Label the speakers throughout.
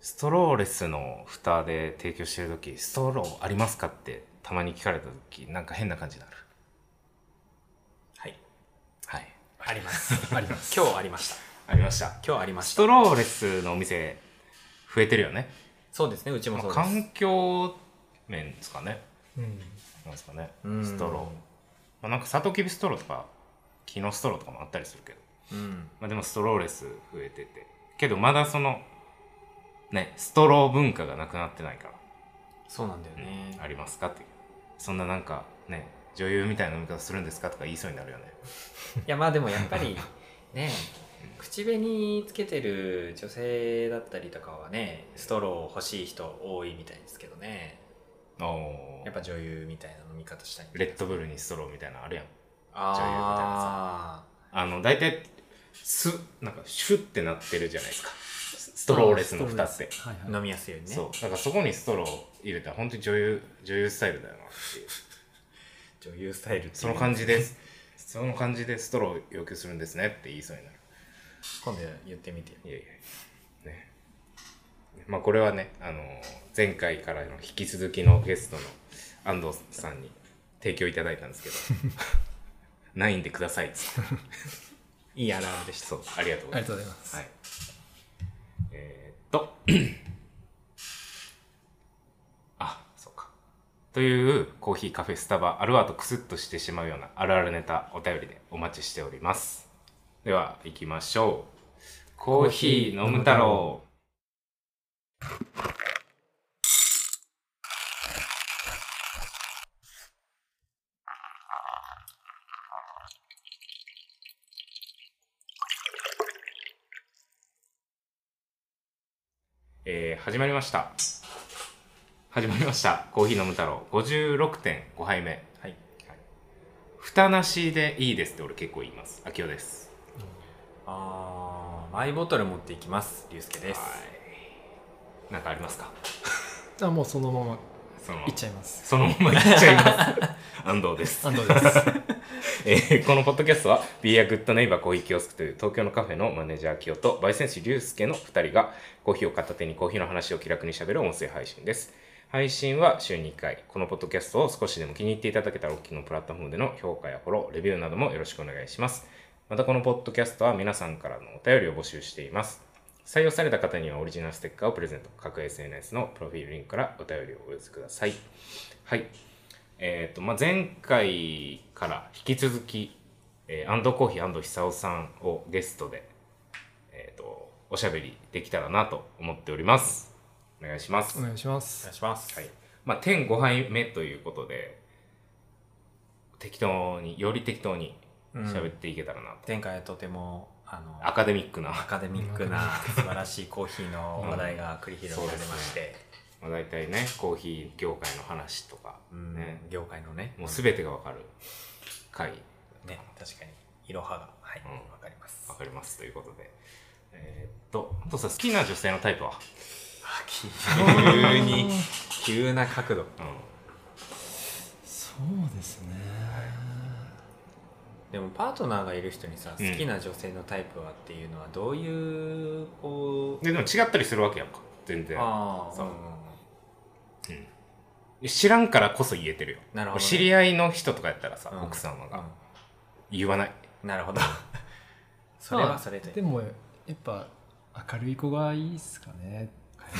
Speaker 1: ストローレスの蓋で提供してる時ストローありますかってたまに聞かれた時なんか変な感じになる
Speaker 2: はい。
Speaker 1: はい
Speaker 2: あります。あります。今日ありました。
Speaker 1: ありました
Speaker 2: 今日ありま
Speaker 1: ス
Speaker 2: した。
Speaker 1: トローレスのお店増えてるよね
Speaker 2: そうですね、うちも
Speaker 1: ま
Speaker 2: そ
Speaker 1: あ
Speaker 2: うです。
Speaker 1: 環境面ですかね
Speaker 2: うん。
Speaker 1: なんですかね
Speaker 2: うん
Speaker 1: ストロー、まあ、なんかサトウキビストローとか木のストローとかもあったりするけど、
Speaker 2: うん。
Speaker 1: まあ、でもストローレス増えててけどまだそのねストロー文化がなくなってないから
Speaker 2: そうなんだよね。
Speaker 1: ありますかっていうそんななんかね女優みたいな飲み方するんですかとか言いそうになるよね
Speaker 2: いやまあでもやっぱりね口紅つけてる女性だったりとかはねストロー欲しい人多いみたいですけどね
Speaker 1: お
Speaker 2: やっぱ女優みたいな飲み方したい
Speaker 1: レッドブルにストローみたいなのあるやん
Speaker 2: あ
Speaker 1: あの大体すなんかシュッてなってるじゃないですかスストローレスの蓋って、
Speaker 3: はい
Speaker 2: あ
Speaker 3: はい、
Speaker 2: 飲みやすいようにね
Speaker 1: そうだからそこにストロー入れたら本当に女優女優スタイルだよなっていう
Speaker 2: 女優スタイルっていう
Speaker 1: その感じですその感じでストロー要求するんですねって言いそうになる
Speaker 2: 今度言ってみてよ
Speaker 1: いやいやねまあこれはねあの前回からの引き続きのゲストの安藤さんに提供いただいたんですけど ないんでくださいっつって
Speaker 2: いいアラームでした
Speaker 1: そうありがとうご
Speaker 3: あ
Speaker 1: ざいます
Speaker 3: りがとうございます、
Speaker 1: はいえーっと あそうかというコーヒーカフェスタバあるはとクスッとしてしまうようなあるあるネタお便りでお待ちしておりますでは行きましょうコーヒー飲む太郎えー始まりました始まりましたコーヒー飲む太郎56.5杯目
Speaker 2: はい
Speaker 1: 蓋なしでいいですって俺結構言います秋代です
Speaker 2: あーマイボトル持っていきます龍介です
Speaker 1: いなんかありますか
Speaker 3: あもうそのまま
Speaker 1: その
Speaker 3: いっちゃいます
Speaker 1: そのままいっちゃい ます安藤です
Speaker 3: 安藤です
Speaker 1: えーこのポッドキャストは「Be a Good Neighbor コーヒーキオスク」という東京のカフェのマネージャー清と焙煎師龍介の2人がコーヒーを片手にコーヒーの話を気楽にしゃべる音声配信です配信は週に1回このポッドキャストを少しでも気に入っていただけたらお聞きのプラットフォームでの評価やフォローレビューなどもよろしくお願いしますまたこのポッドキャストは皆さんからのお便りを募集しています採用された方にはオリジナルステッカーをプレゼント各 SNS のプロフィールリンクからお便りをお寄せくださいはいえーとまあ、前回から引き続き、えー、アンドコーヒーアンド久夫さんをゲストで、えー、とおしゃべりできたらなと思っておりますお願いします、
Speaker 3: お願いしま
Speaker 2: お
Speaker 3: す
Speaker 2: 願いします、
Speaker 1: はいまあ、点5杯目ということで適当により適当に喋っていけたらなと、
Speaker 2: 前回はとてもあの
Speaker 1: アカデミックな
Speaker 2: アカデミックな素晴らしいコーヒーの話題が繰り広げられまして、
Speaker 1: まあ、大体ねコーヒー業界の話とか、
Speaker 2: うん
Speaker 1: ね
Speaker 2: 業界のね
Speaker 1: もう全てがわかる回
Speaker 2: ね確かにいろはがはいわ、
Speaker 1: うん
Speaker 2: かります
Speaker 1: わかりますということでえーっとあとさ好きな女性のタイプは
Speaker 2: 急に急な角度
Speaker 1: うん
Speaker 3: そうですね
Speaker 2: でもパートナーがいる人にさ
Speaker 1: うん
Speaker 2: 好きな女性のタイプはっていうのはどういうこう、
Speaker 1: ででも違ったりするわけやんか全然
Speaker 2: ああ
Speaker 1: そう
Speaker 2: うん
Speaker 1: 知らんからこそ言えてるよ
Speaker 2: なるほどね
Speaker 1: 知り合いの人とかやったらさ、
Speaker 2: うん
Speaker 1: 奥様
Speaker 2: う
Speaker 1: が
Speaker 2: ん
Speaker 1: 言わない
Speaker 2: なるほどそれはそれで、
Speaker 3: でもやっぱ明るい子がいいっすかね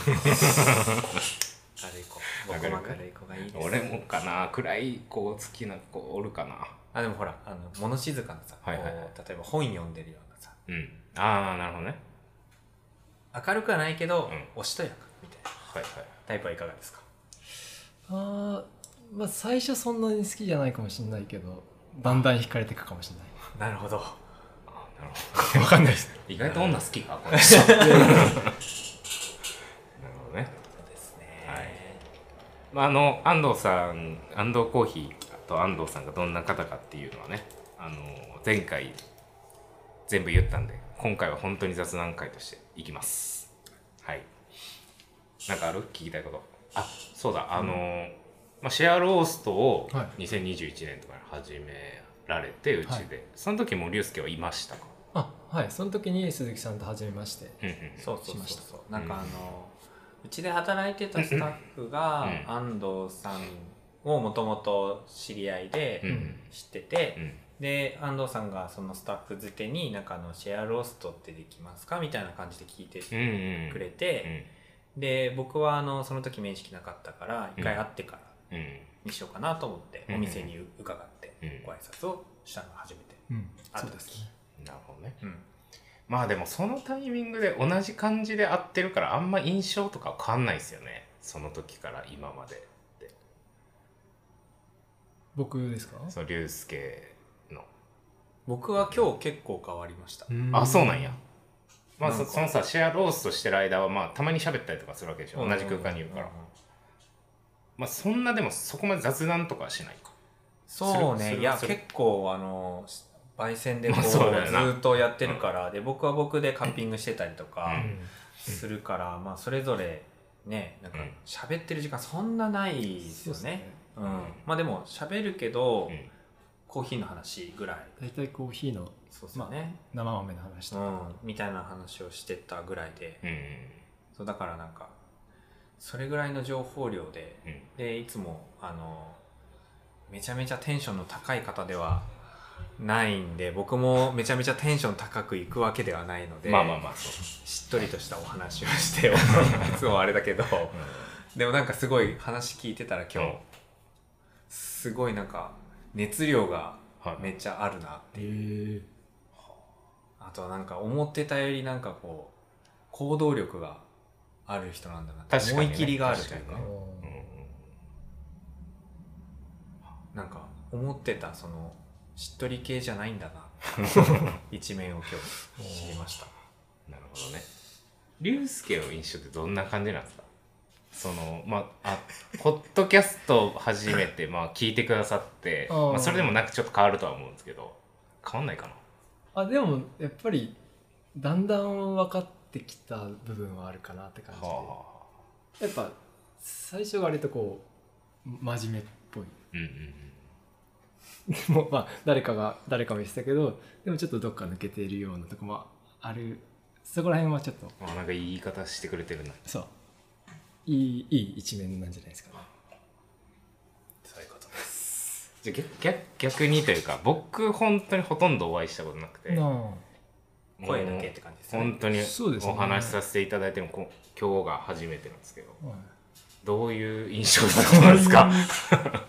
Speaker 2: 明るい子僕も明るい子がいいです
Speaker 1: 俺もかな暗い子好きな子おるかな
Speaker 2: あでもほらあの物静かなさ、
Speaker 1: はいはいはい
Speaker 2: こう例えば本読んでるようなさ
Speaker 1: うんああなるほどね
Speaker 2: 明るくはないけど、
Speaker 1: うん
Speaker 2: おしとやかみたいな
Speaker 1: はいはい
Speaker 2: タイプはいかがですか
Speaker 3: あーまあ最初そんなに好きじゃないかもしれないけどだんだん惹かれていくかもしれない
Speaker 2: なるほど
Speaker 1: あーなるほ
Speaker 3: わかんないです。
Speaker 1: ど意外と女好きかこの人 なるほどね
Speaker 2: そうですね、
Speaker 1: はいまあ、あの安藤さん安藤コーヒーと安藤さんがどんな方かっていうのはねあの前回全部言ったんで今回は本当に雑談会としていきますはいなんかある聞きたいことあそうだあの、まあ、シェアローストを
Speaker 3: は
Speaker 1: 2021年とかに始められてうちで、
Speaker 3: はい
Speaker 1: その時も竜介はいましたか
Speaker 3: あはいその時に鈴木さんと初めまして
Speaker 1: うんうん
Speaker 2: そうそう
Speaker 3: しま
Speaker 2: そ
Speaker 3: し
Speaker 2: うそうなんかあの、うちで働いてたスタッフが安藤さんをもともと知り合いで
Speaker 1: うんうん
Speaker 2: 知ってて、
Speaker 1: うん
Speaker 2: で安藤さんがそのスタッフづてになんかあのシェアローストってできますかみたいな感じで聞いて
Speaker 1: うんうん
Speaker 2: くれて、で僕はあのその時面識なかったから一回会ってから
Speaker 1: うんうん
Speaker 2: にしようかなと思って
Speaker 1: うん
Speaker 2: お店に伺って
Speaker 1: うん
Speaker 2: ご挨拶をしたのが初めて、
Speaker 3: うん
Speaker 2: あ
Speaker 3: そうですね
Speaker 1: なるほどね
Speaker 2: うん、
Speaker 1: まあでもそのタイミングで同じ感じで会ってるからあんま印象とか変わんないですよねその時から今まで
Speaker 3: 僕ですか
Speaker 1: その竜介の
Speaker 2: 僕は今日結構変わりました、
Speaker 1: あそうなんやまあ
Speaker 2: なん
Speaker 1: そ
Speaker 2: か
Speaker 1: そのさシェアローストしてる間はまあたまに喋ったりとかするわけでしょ同じ空間にいるから、
Speaker 2: うんうんうん
Speaker 1: まあそんなでもそこまで雑談とかはしないか
Speaker 2: そう
Speaker 1: す
Speaker 2: ね
Speaker 1: る
Speaker 2: いや
Speaker 1: する
Speaker 2: 結構あの焙煎でこ
Speaker 1: ま
Speaker 2: う
Speaker 1: あ
Speaker 2: ず
Speaker 1: そうだよな
Speaker 2: ーっとやってるからで僕は僕でカッピングしてたりとか
Speaker 1: うん
Speaker 2: するからまあそれぞれねなんか
Speaker 1: うん
Speaker 2: 喋ってる時間そんなないです
Speaker 3: そう
Speaker 2: よ
Speaker 3: です
Speaker 2: ね
Speaker 3: ね
Speaker 2: うんまあでも喋るけど、
Speaker 1: うん
Speaker 2: コーヒーの話ぐらい
Speaker 3: 大体コーヒーの
Speaker 2: そうですよね、
Speaker 3: 生豆の話とか、
Speaker 2: うんみたいな話をしてたぐらいで、
Speaker 1: うん
Speaker 2: そうだからなんかそれぐらいの情報量で
Speaker 1: うんうん
Speaker 2: でいつもあのめちゃめちゃテンションの高い方ではないんで僕もめちゃめちゃテンション高くいくわけではないので
Speaker 1: まあまあまあそう
Speaker 2: しっとりとしたお話をして いつもあれだけどでもなんかすごい話聞いてたら今
Speaker 1: うん
Speaker 2: 日すごいなんか熱量が
Speaker 1: はい
Speaker 2: めっちゃあるな
Speaker 3: へえ
Speaker 2: あとはなんか思ってたよりなんかこう行動力がある人なんだなって
Speaker 1: 確かに
Speaker 2: 思
Speaker 1: ね
Speaker 2: い切りがあるという
Speaker 1: 確か
Speaker 2: か
Speaker 1: にねうん
Speaker 2: なんか思ってたそのしっとり系じゃないんだ な一面を今日知りました
Speaker 1: なるほどね竜介の印象ってどんな感じなんですかそのまああポッドキャストを初めてまあ聞いてくださって
Speaker 3: あー
Speaker 1: まあ、それでもなんかちょっと変わるとは思うんですけど変わんないかな
Speaker 3: あでもやっぱりだんだん分かってきた部分はあるかなって感じで、
Speaker 1: は
Speaker 3: やっぱ最初割とこう真面目っぽい
Speaker 1: あうんうんうん
Speaker 3: でもまあ誰かが誰かも言ってたけどでもちょっとどっか抜けているようなとこもあるそこら辺はちょっと
Speaker 1: まあなんかいい言い方してくれてるな
Speaker 3: そういいいい一面なんじゃないですかね
Speaker 2: そういうこと
Speaker 1: じゃあ逆逆逆にというか僕本当にほとんどお会いしたことなくて
Speaker 3: な
Speaker 1: もう
Speaker 2: 声だけって感じですよ
Speaker 1: 本
Speaker 2: ね
Speaker 1: 当に
Speaker 3: そうですね
Speaker 1: お話しさせていただいてもこ今日が初めてなんですけど
Speaker 3: あ、はい
Speaker 1: どういう印象だったんですか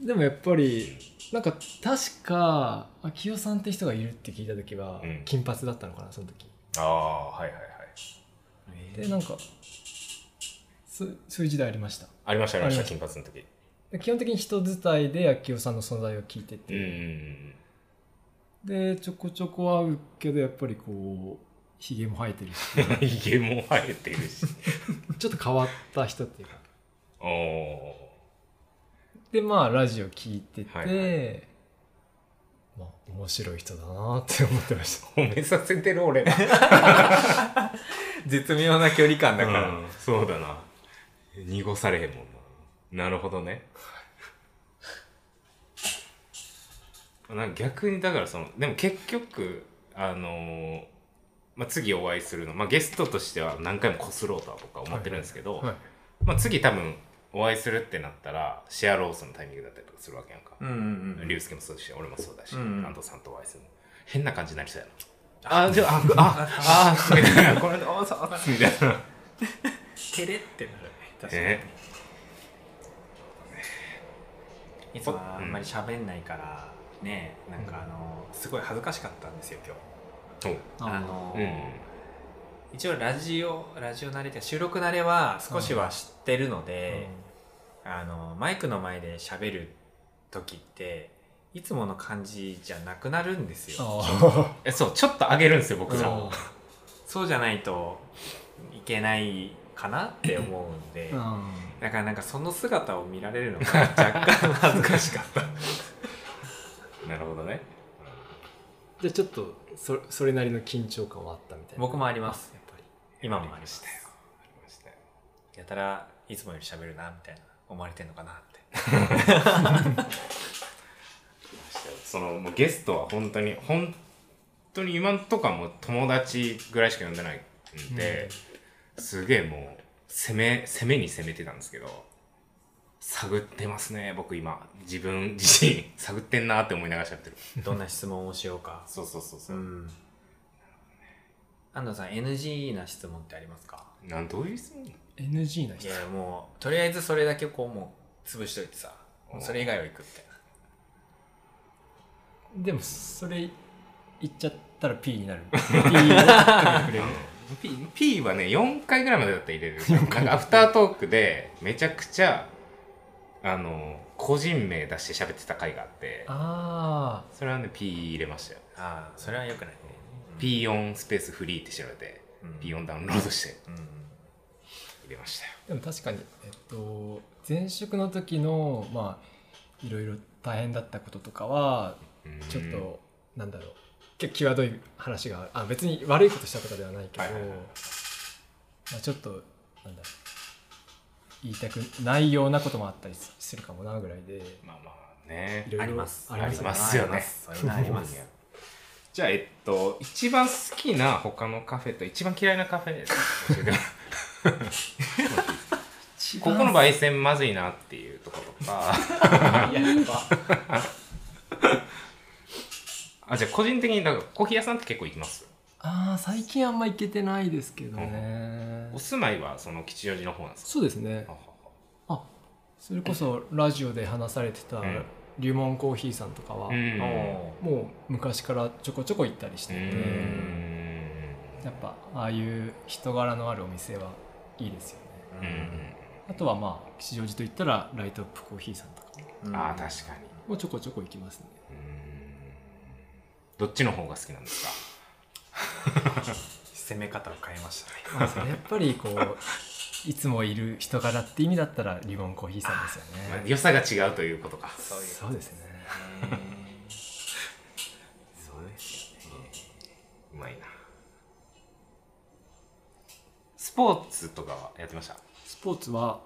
Speaker 3: でもやっぱりなんか確か秋代さんって人がいるって聞いた時は
Speaker 1: うん
Speaker 3: 金髪だったのかなその時
Speaker 1: ああはいはいはい
Speaker 3: でなんかそそういう時代ありました
Speaker 1: ありましたありました
Speaker 3: あり
Speaker 1: 金髪の時
Speaker 3: で基本的に人伝いで秋代さんの存在を聞いて
Speaker 1: うんうんう
Speaker 3: て、
Speaker 1: ん
Speaker 3: でちょこちょこ会うけどやっぱりこうひげも生えてるし
Speaker 1: ひげも生えてるし。
Speaker 3: ちょっと変わった人っていうか
Speaker 1: おお
Speaker 3: でまあラジオ聞いてて、
Speaker 1: はいは
Speaker 3: まあ面白い人だなって思ってました
Speaker 1: ー。褒めさせてる俺ら。
Speaker 2: 絶妙な距離感だから、
Speaker 1: うんそうだな。濁されへんもんな。なるほどね。 なんか逆にだからその、でも結局、あのーまあ、次お会いするの、まあ、ゲストとしては何回もこすろうとは僕は思ってるんですけど、
Speaker 3: はい
Speaker 1: まあ、次多分お会いするってなったらシェアロースのタイミングだったりとかするわけやんか、
Speaker 2: うんうんうん
Speaker 1: 竜介もそうだし俺もそうだし、
Speaker 2: うんうん
Speaker 1: 安藤さんとお会いするの変な感じになりそうやなあじゃああああみた いなこれでおそうそうみたいな
Speaker 2: 照れってなるね確かに、
Speaker 1: え
Speaker 2: いつもあんまり喋んないからねなんかあのすごい恥ずかしかったんですよ今日
Speaker 1: おう
Speaker 2: あの、
Speaker 1: うんうん
Speaker 2: 一応ラジオラジオ慣れて収録慣れは少しは知ってるので、あのマイクの前で喋る時っていつもの感じじゃなくなるんですよ
Speaker 3: あ
Speaker 1: えそうちょっと上げるんですよ僕
Speaker 3: ー
Speaker 1: も
Speaker 3: あ
Speaker 2: そうじゃないといけないかなって思う んで、
Speaker 3: ー
Speaker 2: だからなんかその姿を見られるのが若干恥ずかしかった
Speaker 1: なるほどね
Speaker 3: じゃあちょっとそそれなりの緊張感はあったみた いな
Speaker 2: 僕もあります
Speaker 3: やっぱり
Speaker 2: 今もありました
Speaker 1: あ
Speaker 2: よ
Speaker 1: りましたよ
Speaker 2: やたらいつもより喋るなみたいな思われてんのかなって
Speaker 1: ありましたよそのもうゲストは本当に本当に今んとこはもう友達ぐらいしか呼んでないんで、すげえもう、攻め、攻めに攻めてたんですけど、探ってますね、僕今。自分自身、 探ってんなって思いながら喋ってる。
Speaker 2: どんな質問をしようか
Speaker 1: そうそうそうそうう。
Speaker 2: ん安藤さん NG な質問ってありますか
Speaker 1: なんどういう質問
Speaker 3: NG ない人
Speaker 2: やもうとりあえずそれだけこうもう潰しといてさもうそれ以外はいくみたいな
Speaker 3: でもそれ言っちゃったら P になる P を
Speaker 1: P, P はね4回ぐらいまでだったら入れるなんかアフタートークでめちゃくちゃあの個人名出して喋ってた回があって
Speaker 3: あ
Speaker 1: それはね P 入れましたよ
Speaker 2: ああそれはよくないね
Speaker 1: P オンスペースフリーって調べて P オンダウンロードして
Speaker 2: うん
Speaker 1: 入れましたよ
Speaker 3: あでも確かにえっと前職の時のまあいろいろ大変だったこととかは
Speaker 1: うん
Speaker 3: ちょっと、なんだろう結構際どい話があ別に悪いことしたとかではないけど、
Speaker 1: はいはいはい
Speaker 3: まあ、ちょっとなんだろう言いたくないようなこともあったりすするかもなぐらいで
Speaker 1: まあまあね
Speaker 3: いろいろ
Speaker 2: あります
Speaker 3: ありますよね
Speaker 1: ますよね
Speaker 2: ありますそういうのあります
Speaker 1: じゃあえっと一番好きな他のカフェと一番嫌いなカフェ教えてここの焙煎まずいなっていうとことか
Speaker 3: いややっぱ
Speaker 1: あじゃあ個人的になんかコーヒー屋さんって結構行きます
Speaker 3: あー最近あんま行けてないですけどね、
Speaker 1: お住まいはその吉祥寺の方なんですか
Speaker 3: そうですねあそれこそラジオで話されてた
Speaker 1: うん
Speaker 3: 龍門コーヒーさんとかは、
Speaker 1: うん
Speaker 2: お
Speaker 3: もう昔からちょこちょこ行ったりし
Speaker 1: う
Speaker 3: てて、
Speaker 1: ん
Speaker 3: やっぱああいう人柄のあるお店はいいですよね
Speaker 2: ー
Speaker 1: うんうん
Speaker 3: あとはまあ吉祥寺といったらライトアップコーヒーさんとか
Speaker 2: うん
Speaker 1: ああ確かに
Speaker 3: もちょこちょこ行きますね
Speaker 1: うんどっちの方が好きなんですか
Speaker 2: 攻め方を変えましたね
Speaker 3: まあそれやっぱりこういつもいる人柄って意味だったらリボンコーヒーさんですよ
Speaker 1: まあ
Speaker 3: ね
Speaker 1: 良さが違うということか
Speaker 2: そういう
Speaker 3: そうですね
Speaker 1: そうですよねうまいなスポーツとかはやってました
Speaker 3: スポーツは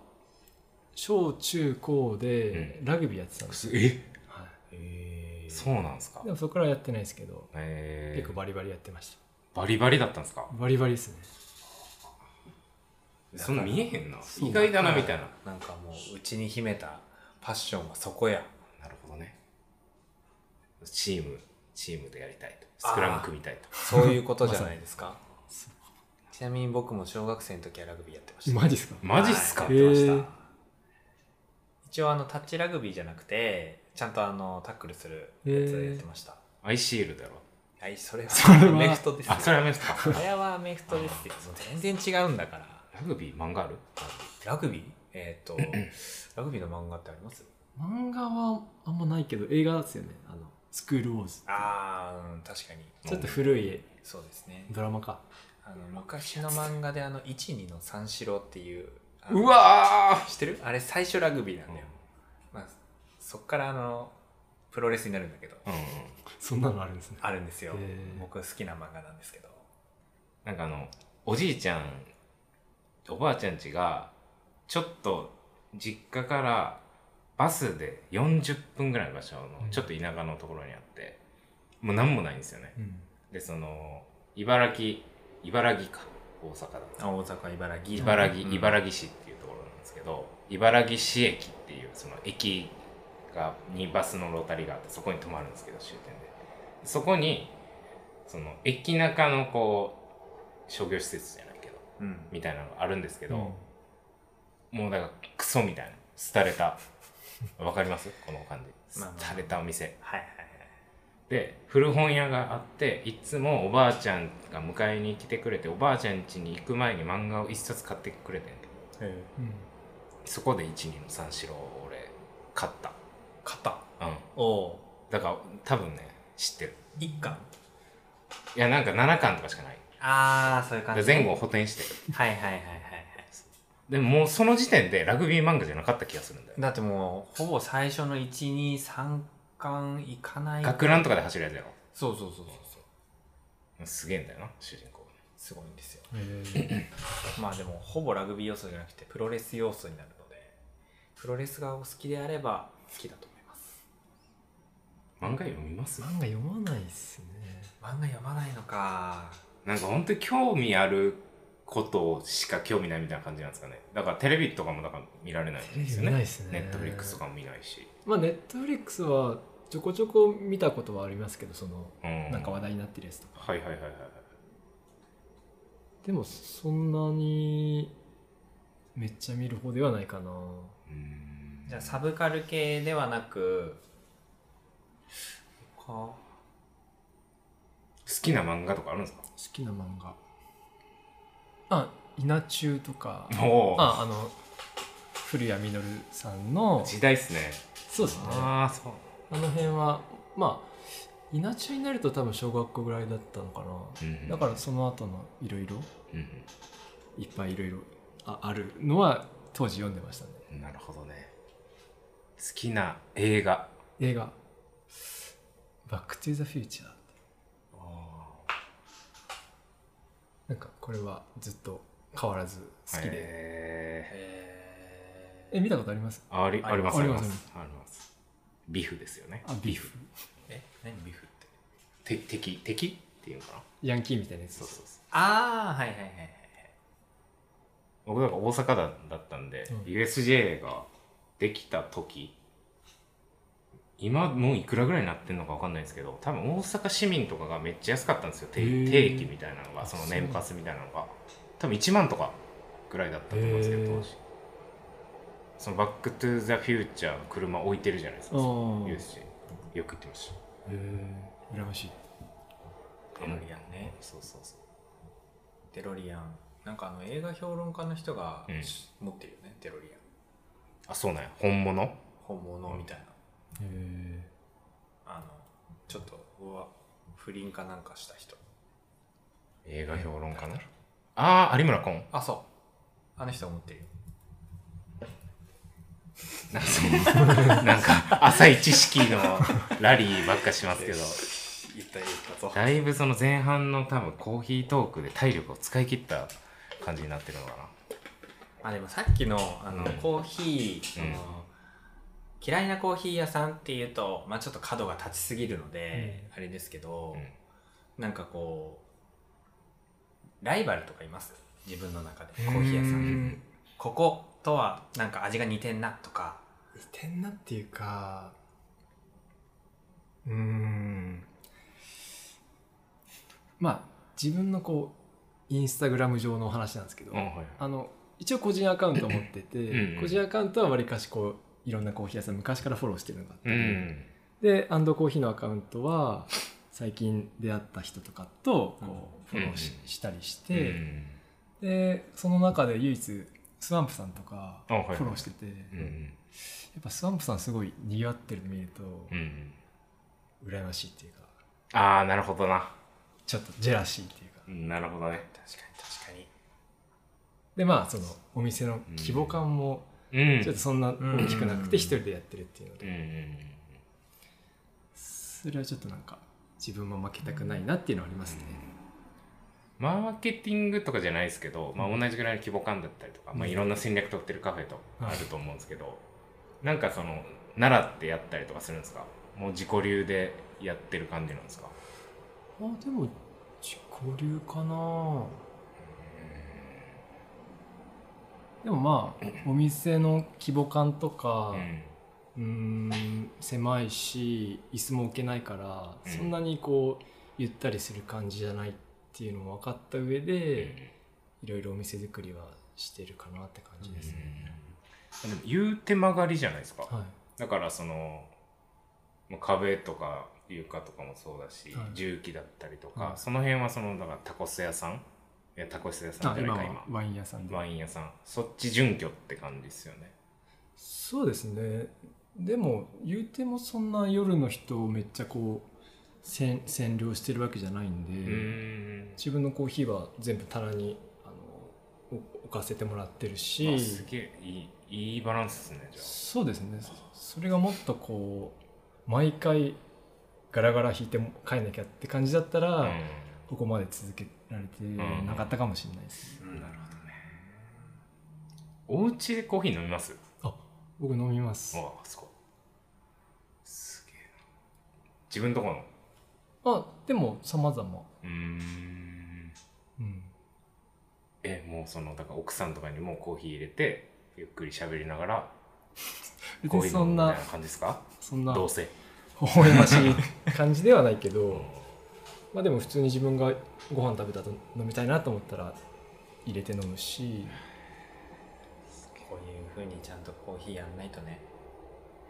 Speaker 3: 小中高で
Speaker 1: う
Speaker 3: ラグビーやってたんですよ、
Speaker 1: え
Speaker 3: は
Speaker 2: え
Speaker 1: そうなんですか
Speaker 3: い、でもそこからやってないですけど
Speaker 1: えー
Speaker 3: 結構バリバリやってまし
Speaker 1: バリバリだったんですか
Speaker 3: たバリバリですね
Speaker 1: そんな見えへんな
Speaker 3: そう
Speaker 1: 意外だなみたいな
Speaker 2: なんかもううちに秘めたパッションはそこや
Speaker 1: なるほどね。チーム、チームでやりたいと。スクラム組みたいと。
Speaker 2: そういうことじゃな いですかちなみに僕も小学生の時はラグビーやってました
Speaker 3: マジっすか
Speaker 1: マジっすか、
Speaker 2: はいやってま
Speaker 3: へ
Speaker 2: し
Speaker 3: ー
Speaker 2: た一応あのタッチラグビーじゃなくてちゃんとあのタックルするやつをやってました
Speaker 1: アイシールだろ。
Speaker 2: はいそれは
Speaker 3: それは
Speaker 2: メフトですよ
Speaker 1: あ、それはメですか。
Speaker 2: それはアメフトですよもう全然違うんだから
Speaker 1: ラグビー漫画ある
Speaker 2: ラグビーえ っ、とラグビーの漫画ってあります
Speaker 3: 漫画はあんまないけど映画ですよねあのスクールウォーズ
Speaker 2: ああ、うん、確かに
Speaker 3: ちょっと古い
Speaker 2: そうですね
Speaker 3: ドラマか
Speaker 2: あの昔の漫画であの12の三四郎っていうあの
Speaker 1: うわ
Speaker 2: 知ってるあれ最初ラグビーなん
Speaker 1: ー
Speaker 2: だよ、まあ、そっからあのプロレスになるんだけど
Speaker 1: うんうん。
Speaker 3: そんなのあるんですね
Speaker 2: あるんですよ
Speaker 3: へー
Speaker 2: 僕好きな漫画なんですけど
Speaker 1: なんかあの、おじいちゃん、おばあちゃんちが、ちょっと実家からバスで40分ぐらいの場所の、ちょっと田舎のところにあって、もう何もないんですよね。
Speaker 3: うん
Speaker 1: で、その、茨城、茨城か。大阪だと。
Speaker 2: あ大阪茨城
Speaker 1: 茨城
Speaker 2: うん
Speaker 1: 茨城市っていうところなんですけど、茨城市駅っていうその駅がにバスのロータリーがあってそこに泊まるんですけど終点でそこにその駅中のこう商業施設じゃないけど
Speaker 2: うん
Speaker 1: みたいなのがあるんですけど、もうだからクソみたいな廃れたわかりますこの感じ
Speaker 2: まあまあまあ
Speaker 1: 廃れたお店、
Speaker 2: はいはい
Speaker 1: で古本屋があっていつもおばあちゃんが迎えに来てくれておばあちゃん家に行く前に漫画を一冊買ってくれてん
Speaker 2: はいへ
Speaker 3: うん
Speaker 1: そこで一二の三四郎を俺買った
Speaker 2: 買った
Speaker 1: うん
Speaker 2: おお
Speaker 1: だから多分ね知ってる
Speaker 2: 一巻
Speaker 1: いやなんか7巻とかしかない
Speaker 2: ああそういう感
Speaker 1: で
Speaker 2: じ
Speaker 1: 前後を補填してる
Speaker 2: はいはいはいはいはい
Speaker 1: でももうその時点でラグビー漫画じゃなかった気がするんだよ
Speaker 2: だってもうほぼ最初の123巻いかない
Speaker 1: 学ランとかで走るやつやろ
Speaker 2: そうそうそうそうそう
Speaker 1: すげえんだよな主人公
Speaker 2: すごいんですよ
Speaker 3: え
Speaker 2: まあでもほぼラグビー要素じゃなくてプロレス要素になるのでプロレスがお好きであれば好きだと思います
Speaker 1: 漫画読みます
Speaker 3: ー、漫画読まないっすね
Speaker 2: 漫画読まないのか
Speaker 1: なんか本当に興味あることしか興味ないみたいな感じなんですかねだからテレビとかもだから見られないん
Speaker 3: テレ
Speaker 1: で
Speaker 3: ビ
Speaker 1: すよ
Speaker 3: 見ない
Speaker 1: ね
Speaker 3: です
Speaker 1: ネ
Speaker 3: ね
Speaker 1: ットフリックスとかも見ないし、
Speaker 3: まあネットフリックスはちょこちょこ見たことはありますけどその
Speaker 1: うん、
Speaker 3: なんか話題になってるやつとか
Speaker 1: はいはいはいはい
Speaker 3: でもそんなにめっちゃ見る方ではないかな
Speaker 1: うん
Speaker 2: じゃあサブカル系ではなくか好
Speaker 1: 好きな漫画とかあるんですか
Speaker 3: 好きな漫画あ稲中とか
Speaker 1: おー
Speaker 3: ああの古谷実さんの
Speaker 1: 時代っすね
Speaker 3: そうですねあ
Speaker 1: ああそう
Speaker 3: の辺はまあ稲中になると多分小学校ぐらいだったのか
Speaker 1: う
Speaker 3: なん
Speaker 1: うん
Speaker 3: だからその後のいろいろ
Speaker 1: うん
Speaker 3: いっぱいいろいろああるのは当時読んでましたね
Speaker 1: うんなるほどね好きな映画
Speaker 3: 映画「バック・トゥ・ザ・フューチャー」なんかこれはずっと変わらず好き
Speaker 1: で
Speaker 3: で
Speaker 2: え
Speaker 3: え見たことあります
Speaker 1: ありありますあ
Speaker 3: あ
Speaker 1: り
Speaker 3: り
Speaker 1: ま
Speaker 3: ます
Speaker 1: すありますビフですよね
Speaker 3: あビーフ
Speaker 2: え何ビフって
Speaker 1: て敵敵っていうのかな
Speaker 3: ヤンキーみたいなやつ
Speaker 1: そうそうそう
Speaker 2: ああはいはいはいはい
Speaker 1: 僕なんか大阪だだったんで、
Speaker 3: うん
Speaker 1: USJ ができた時今もういくらぐらいになってんのかわかんないですけど多分大阪市民とかがめっちゃ安かったんですよ定
Speaker 3: へー
Speaker 1: 定期みたいなのが
Speaker 3: あ
Speaker 1: その
Speaker 3: そう
Speaker 1: 年パスみたいなのが多分1万とかぐらいだったと思うんですけど
Speaker 3: へー
Speaker 1: 当時そのバック・トゥ・ザ・フューチャーの車置いてるじゃないですか
Speaker 3: ああ
Speaker 1: USJ よく行ってました
Speaker 3: え羨ましい
Speaker 2: デロリアンね
Speaker 1: そうそうそう
Speaker 2: デロリアンなんかあの映画評論家の人が、
Speaker 1: うん
Speaker 2: 持ってるよねデロリアン
Speaker 1: あそうなんや本物
Speaker 2: 本物みたいな、
Speaker 3: へ
Speaker 2: あのちょっとうわ不倫かなんかした人
Speaker 1: 映画評論家のああ有村昆
Speaker 2: あそうあの人は持ってるよ
Speaker 1: なんかそのなんか浅い知識のラリーばっかしますけど
Speaker 2: 言った言ったぞ
Speaker 1: だいぶその前半の多分コーヒートークで体力を使い切った感じになってるのか
Speaker 2: あでもさっきのあの、
Speaker 1: うん
Speaker 2: コーヒー、
Speaker 1: うん
Speaker 2: その嫌いなコーヒー屋さんっていうと、まあ、ちょっと角が立ちすぎるので、あれですけ
Speaker 1: な、
Speaker 2: ど、
Speaker 1: うん
Speaker 2: なんかこうライバルとかいます自分の中でコーヒー屋さ
Speaker 1: う
Speaker 2: ん
Speaker 1: ん
Speaker 2: こことはなんか味が似てんなとか
Speaker 3: 似てんなっていうかうーんまあ自分のこうインスタグラム上のお話なんですけど、
Speaker 1: うんはい
Speaker 3: あの一応個人アカウント持ってて
Speaker 1: うんうん
Speaker 3: 個人アカウントはわりかしこういろんなコーヒー屋さん昔からフォローしてるのがあって、
Speaker 1: うん
Speaker 3: でアンドコーヒーのアカウントは最近出会った人とかとこうフ
Speaker 1: うん
Speaker 3: ォローし,、たりし
Speaker 1: う
Speaker 3: て、
Speaker 1: ん
Speaker 3: でその中で唯一スワンプさんとか
Speaker 1: あ
Speaker 3: フ
Speaker 1: はいはい
Speaker 3: ォローしてて、
Speaker 1: うんう
Speaker 3: や
Speaker 1: ん
Speaker 3: っぱスワンプさんすごいにぎわってるの見ると
Speaker 1: うん
Speaker 3: 羨ましいっていうか
Speaker 1: ああなるほどな
Speaker 3: ちょっとジェラシーっていうか
Speaker 1: うんなるほどね
Speaker 2: 確かに確かに
Speaker 3: でまあそのお店の規模感も
Speaker 1: うん
Speaker 3: ちょっとそんな大きくなく
Speaker 2: うん
Speaker 3: て一人でやってるっていうので、
Speaker 1: うんうん
Speaker 3: それはちょっとなんか自分も負けたくないなっていうのはありますね、
Speaker 1: マーケティングとかじゃないですけど、まあ、
Speaker 3: うん
Speaker 1: 同じぐらいの規模感だったりとか、まあ、
Speaker 3: うん
Speaker 1: いろんな戦略取ってるカフェと
Speaker 3: は
Speaker 1: あ
Speaker 3: い
Speaker 1: ると思うんですけど、なんかその奈良ってやったりとかするんですかもう自己流でやってる感じなんですか
Speaker 3: あでも自己流かなでもまあお店の規模感とか
Speaker 1: うん
Speaker 3: うーん狭いし椅子も置けないから
Speaker 1: うん
Speaker 3: そんなにこうゆったりする感じじゃないっていうのも分かった上でいろいろお店作りはしてるかなって感じですね、
Speaker 1: うんでも言う手曲がりじゃないですか、
Speaker 3: はい
Speaker 1: だからそのまあ壁とか床とかもそうだし、
Speaker 3: はい
Speaker 1: 重機だったりとか、
Speaker 3: はい
Speaker 1: その辺はそのだからタコス屋さんいやタコス屋さん
Speaker 3: あ
Speaker 1: じゃない
Speaker 3: 今
Speaker 1: か
Speaker 3: は
Speaker 1: 今
Speaker 3: ワイン屋さんで
Speaker 1: ワイン屋さんそっち準拠って感じですよね
Speaker 3: そうですねでも言うてもそんな夜の人をめっちゃこう占占領してるわけじゃないんで、
Speaker 1: うーん
Speaker 3: 自分のコーヒーは全部棚にあのお置かせてもらってるし
Speaker 1: あすげえいいいいバランスですねじゃ
Speaker 3: そうですねそそれがもっとこう毎回ガラガラ引いても帰んなきゃって感じだったら、
Speaker 1: あ、
Speaker 3: ここまで続けられてなかったかもしれないです、ね
Speaker 1: うんなるほどねお家でコーヒー飲みます
Speaker 3: あ僕飲みます
Speaker 1: ああそこすげえな自分とこの
Speaker 3: あでも様々
Speaker 1: うーん
Speaker 3: うん
Speaker 1: えもうそのだから奥さんとかにもコーヒー入れてゆっくり喋りながら
Speaker 3: 別
Speaker 1: コー
Speaker 3: に
Speaker 1: ヒー
Speaker 3: そ
Speaker 1: 飲
Speaker 3: ん
Speaker 1: むみた
Speaker 3: ない
Speaker 1: な感じですか
Speaker 3: そんな
Speaker 1: どう
Speaker 3: 微
Speaker 1: せ
Speaker 3: 笑ましい感じではないけ
Speaker 1: う
Speaker 3: ど
Speaker 1: ん
Speaker 3: まあでも普通に自分がご飯食べたと飲みたいなと思ったら入れて飲むし
Speaker 2: こういう風にちゃんとコーヒーやんないとね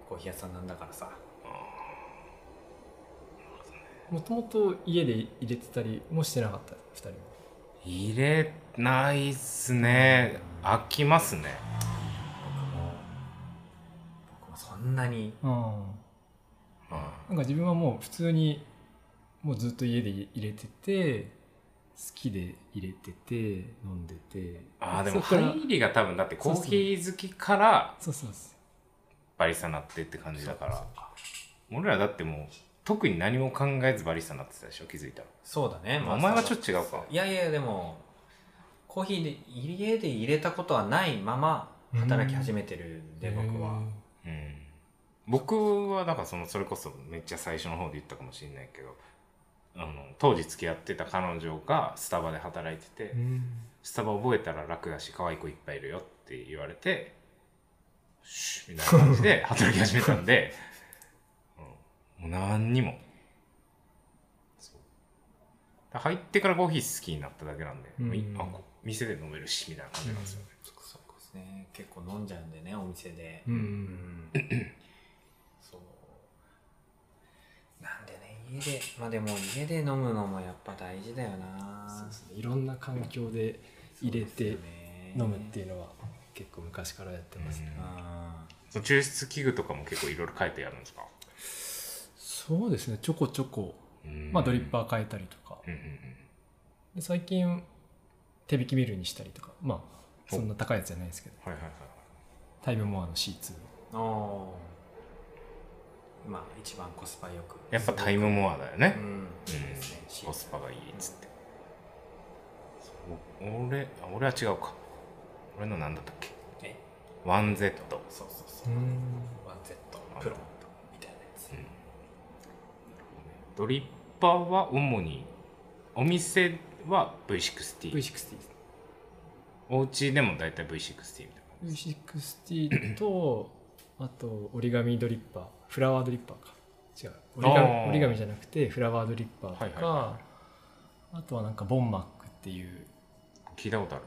Speaker 2: コーヒー屋さんなんだからさ
Speaker 3: もともと家で入れてたりもしてなかった2人も
Speaker 1: 入れないっすね飽きますね
Speaker 2: 僕も僕もそんなに
Speaker 1: う
Speaker 3: なんか自分はもう普通にもうずっと家で入れてて好きで入れてて飲んでて
Speaker 1: ああでも
Speaker 3: そっから
Speaker 1: 入りが多分だってコーヒー好きから
Speaker 3: そうそうそ
Speaker 1: バリスタになってって感じだから
Speaker 3: そう
Speaker 1: 俺らだってもう特に何も考えずバリスタになってたでしょ気づいたら
Speaker 2: そうだね、
Speaker 1: まあお前はちょっと違うか
Speaker 2: いやいやでもコーヒーで家で入れたことはないまま働き始めてるん
Speaker 3: う
Speaker 2: で、僕は
Speaker 1: うん僕はだからそのそれこそめっちゃ最初の方で言ったかもしれないけどあの当時付き合ってた彼女がスタバで働いてて、
Speaker 3: うん
Speaker 1: スタバ覚えたら楽だし可愛い子いっぱいいるよって言われてシュッみたいな感じで働き始めたんで、うん、もう何にもそうだから入ってからコーヒー好きになっただけなんで、
Speaker 3: うん
Speaker 1: いあこ店で飲めるしみたいな感じなんですよね、
Speaker 2: そうですね結構飲んじゃうんでねお店で
Speaker 3: うん
Speaker 2: うんそうなんでね家でまあでも家で飲むのもやっぱ大事だよ
Speaker 3: そう
Speaker 2: な
Speaker 3: ですねいろんな環境で入れて飲むっていううのは結構昔からやってますね、
Speaker 1: うん
Speaker 2: あ
Speaker 1: その抽出器具とかも結構いろいろ変えてやるんですか、
Speaker 3: そうですねちょこちょこ、
Speaker 1: うん
Speaker 3: まあ、ドリッパー変えたりとか
Speaker 1: うんうんうん
Speaker 3: で最近手引きミルにしたりとかまあそんな高いやつじゃないですけど
Speaker 1: はいはいはい
Speaker 3: タイムモアの C2
Speaker 2: あまあ一番コスパよく
Speaker 1: やっぱタイムモアだよね
Speaker 2: う、ん
Speaker 1: うん
Speaker 2: いいですね
Speaker 1: コスパがいいっつって、そう俺あ俺は違うか俺の何だったっけ
Speaker 2: え
Speaker 1: 1Z
Speaker 2: そうそうそうワンゼットプロみたいなやつ
Speaker 1: うんドリッパーは主にお店は V60
Speaker 3: V60
Speaker 1: お家でも大体 V60 みたいな感じ
Speaker 3: V60 とあと折り紙ドリッパーフラワードリッパーか違う折り
Speaker 1: あ
Speaker 3: 紙
Speaker 1: ー
Speaker 3: 折り紙じゃなくてフラワードリッパーとか、
Speaker 1: はいはいは
Speaker 3: あとはなんかボンマックっていう
Speaker 1: 聞いたことある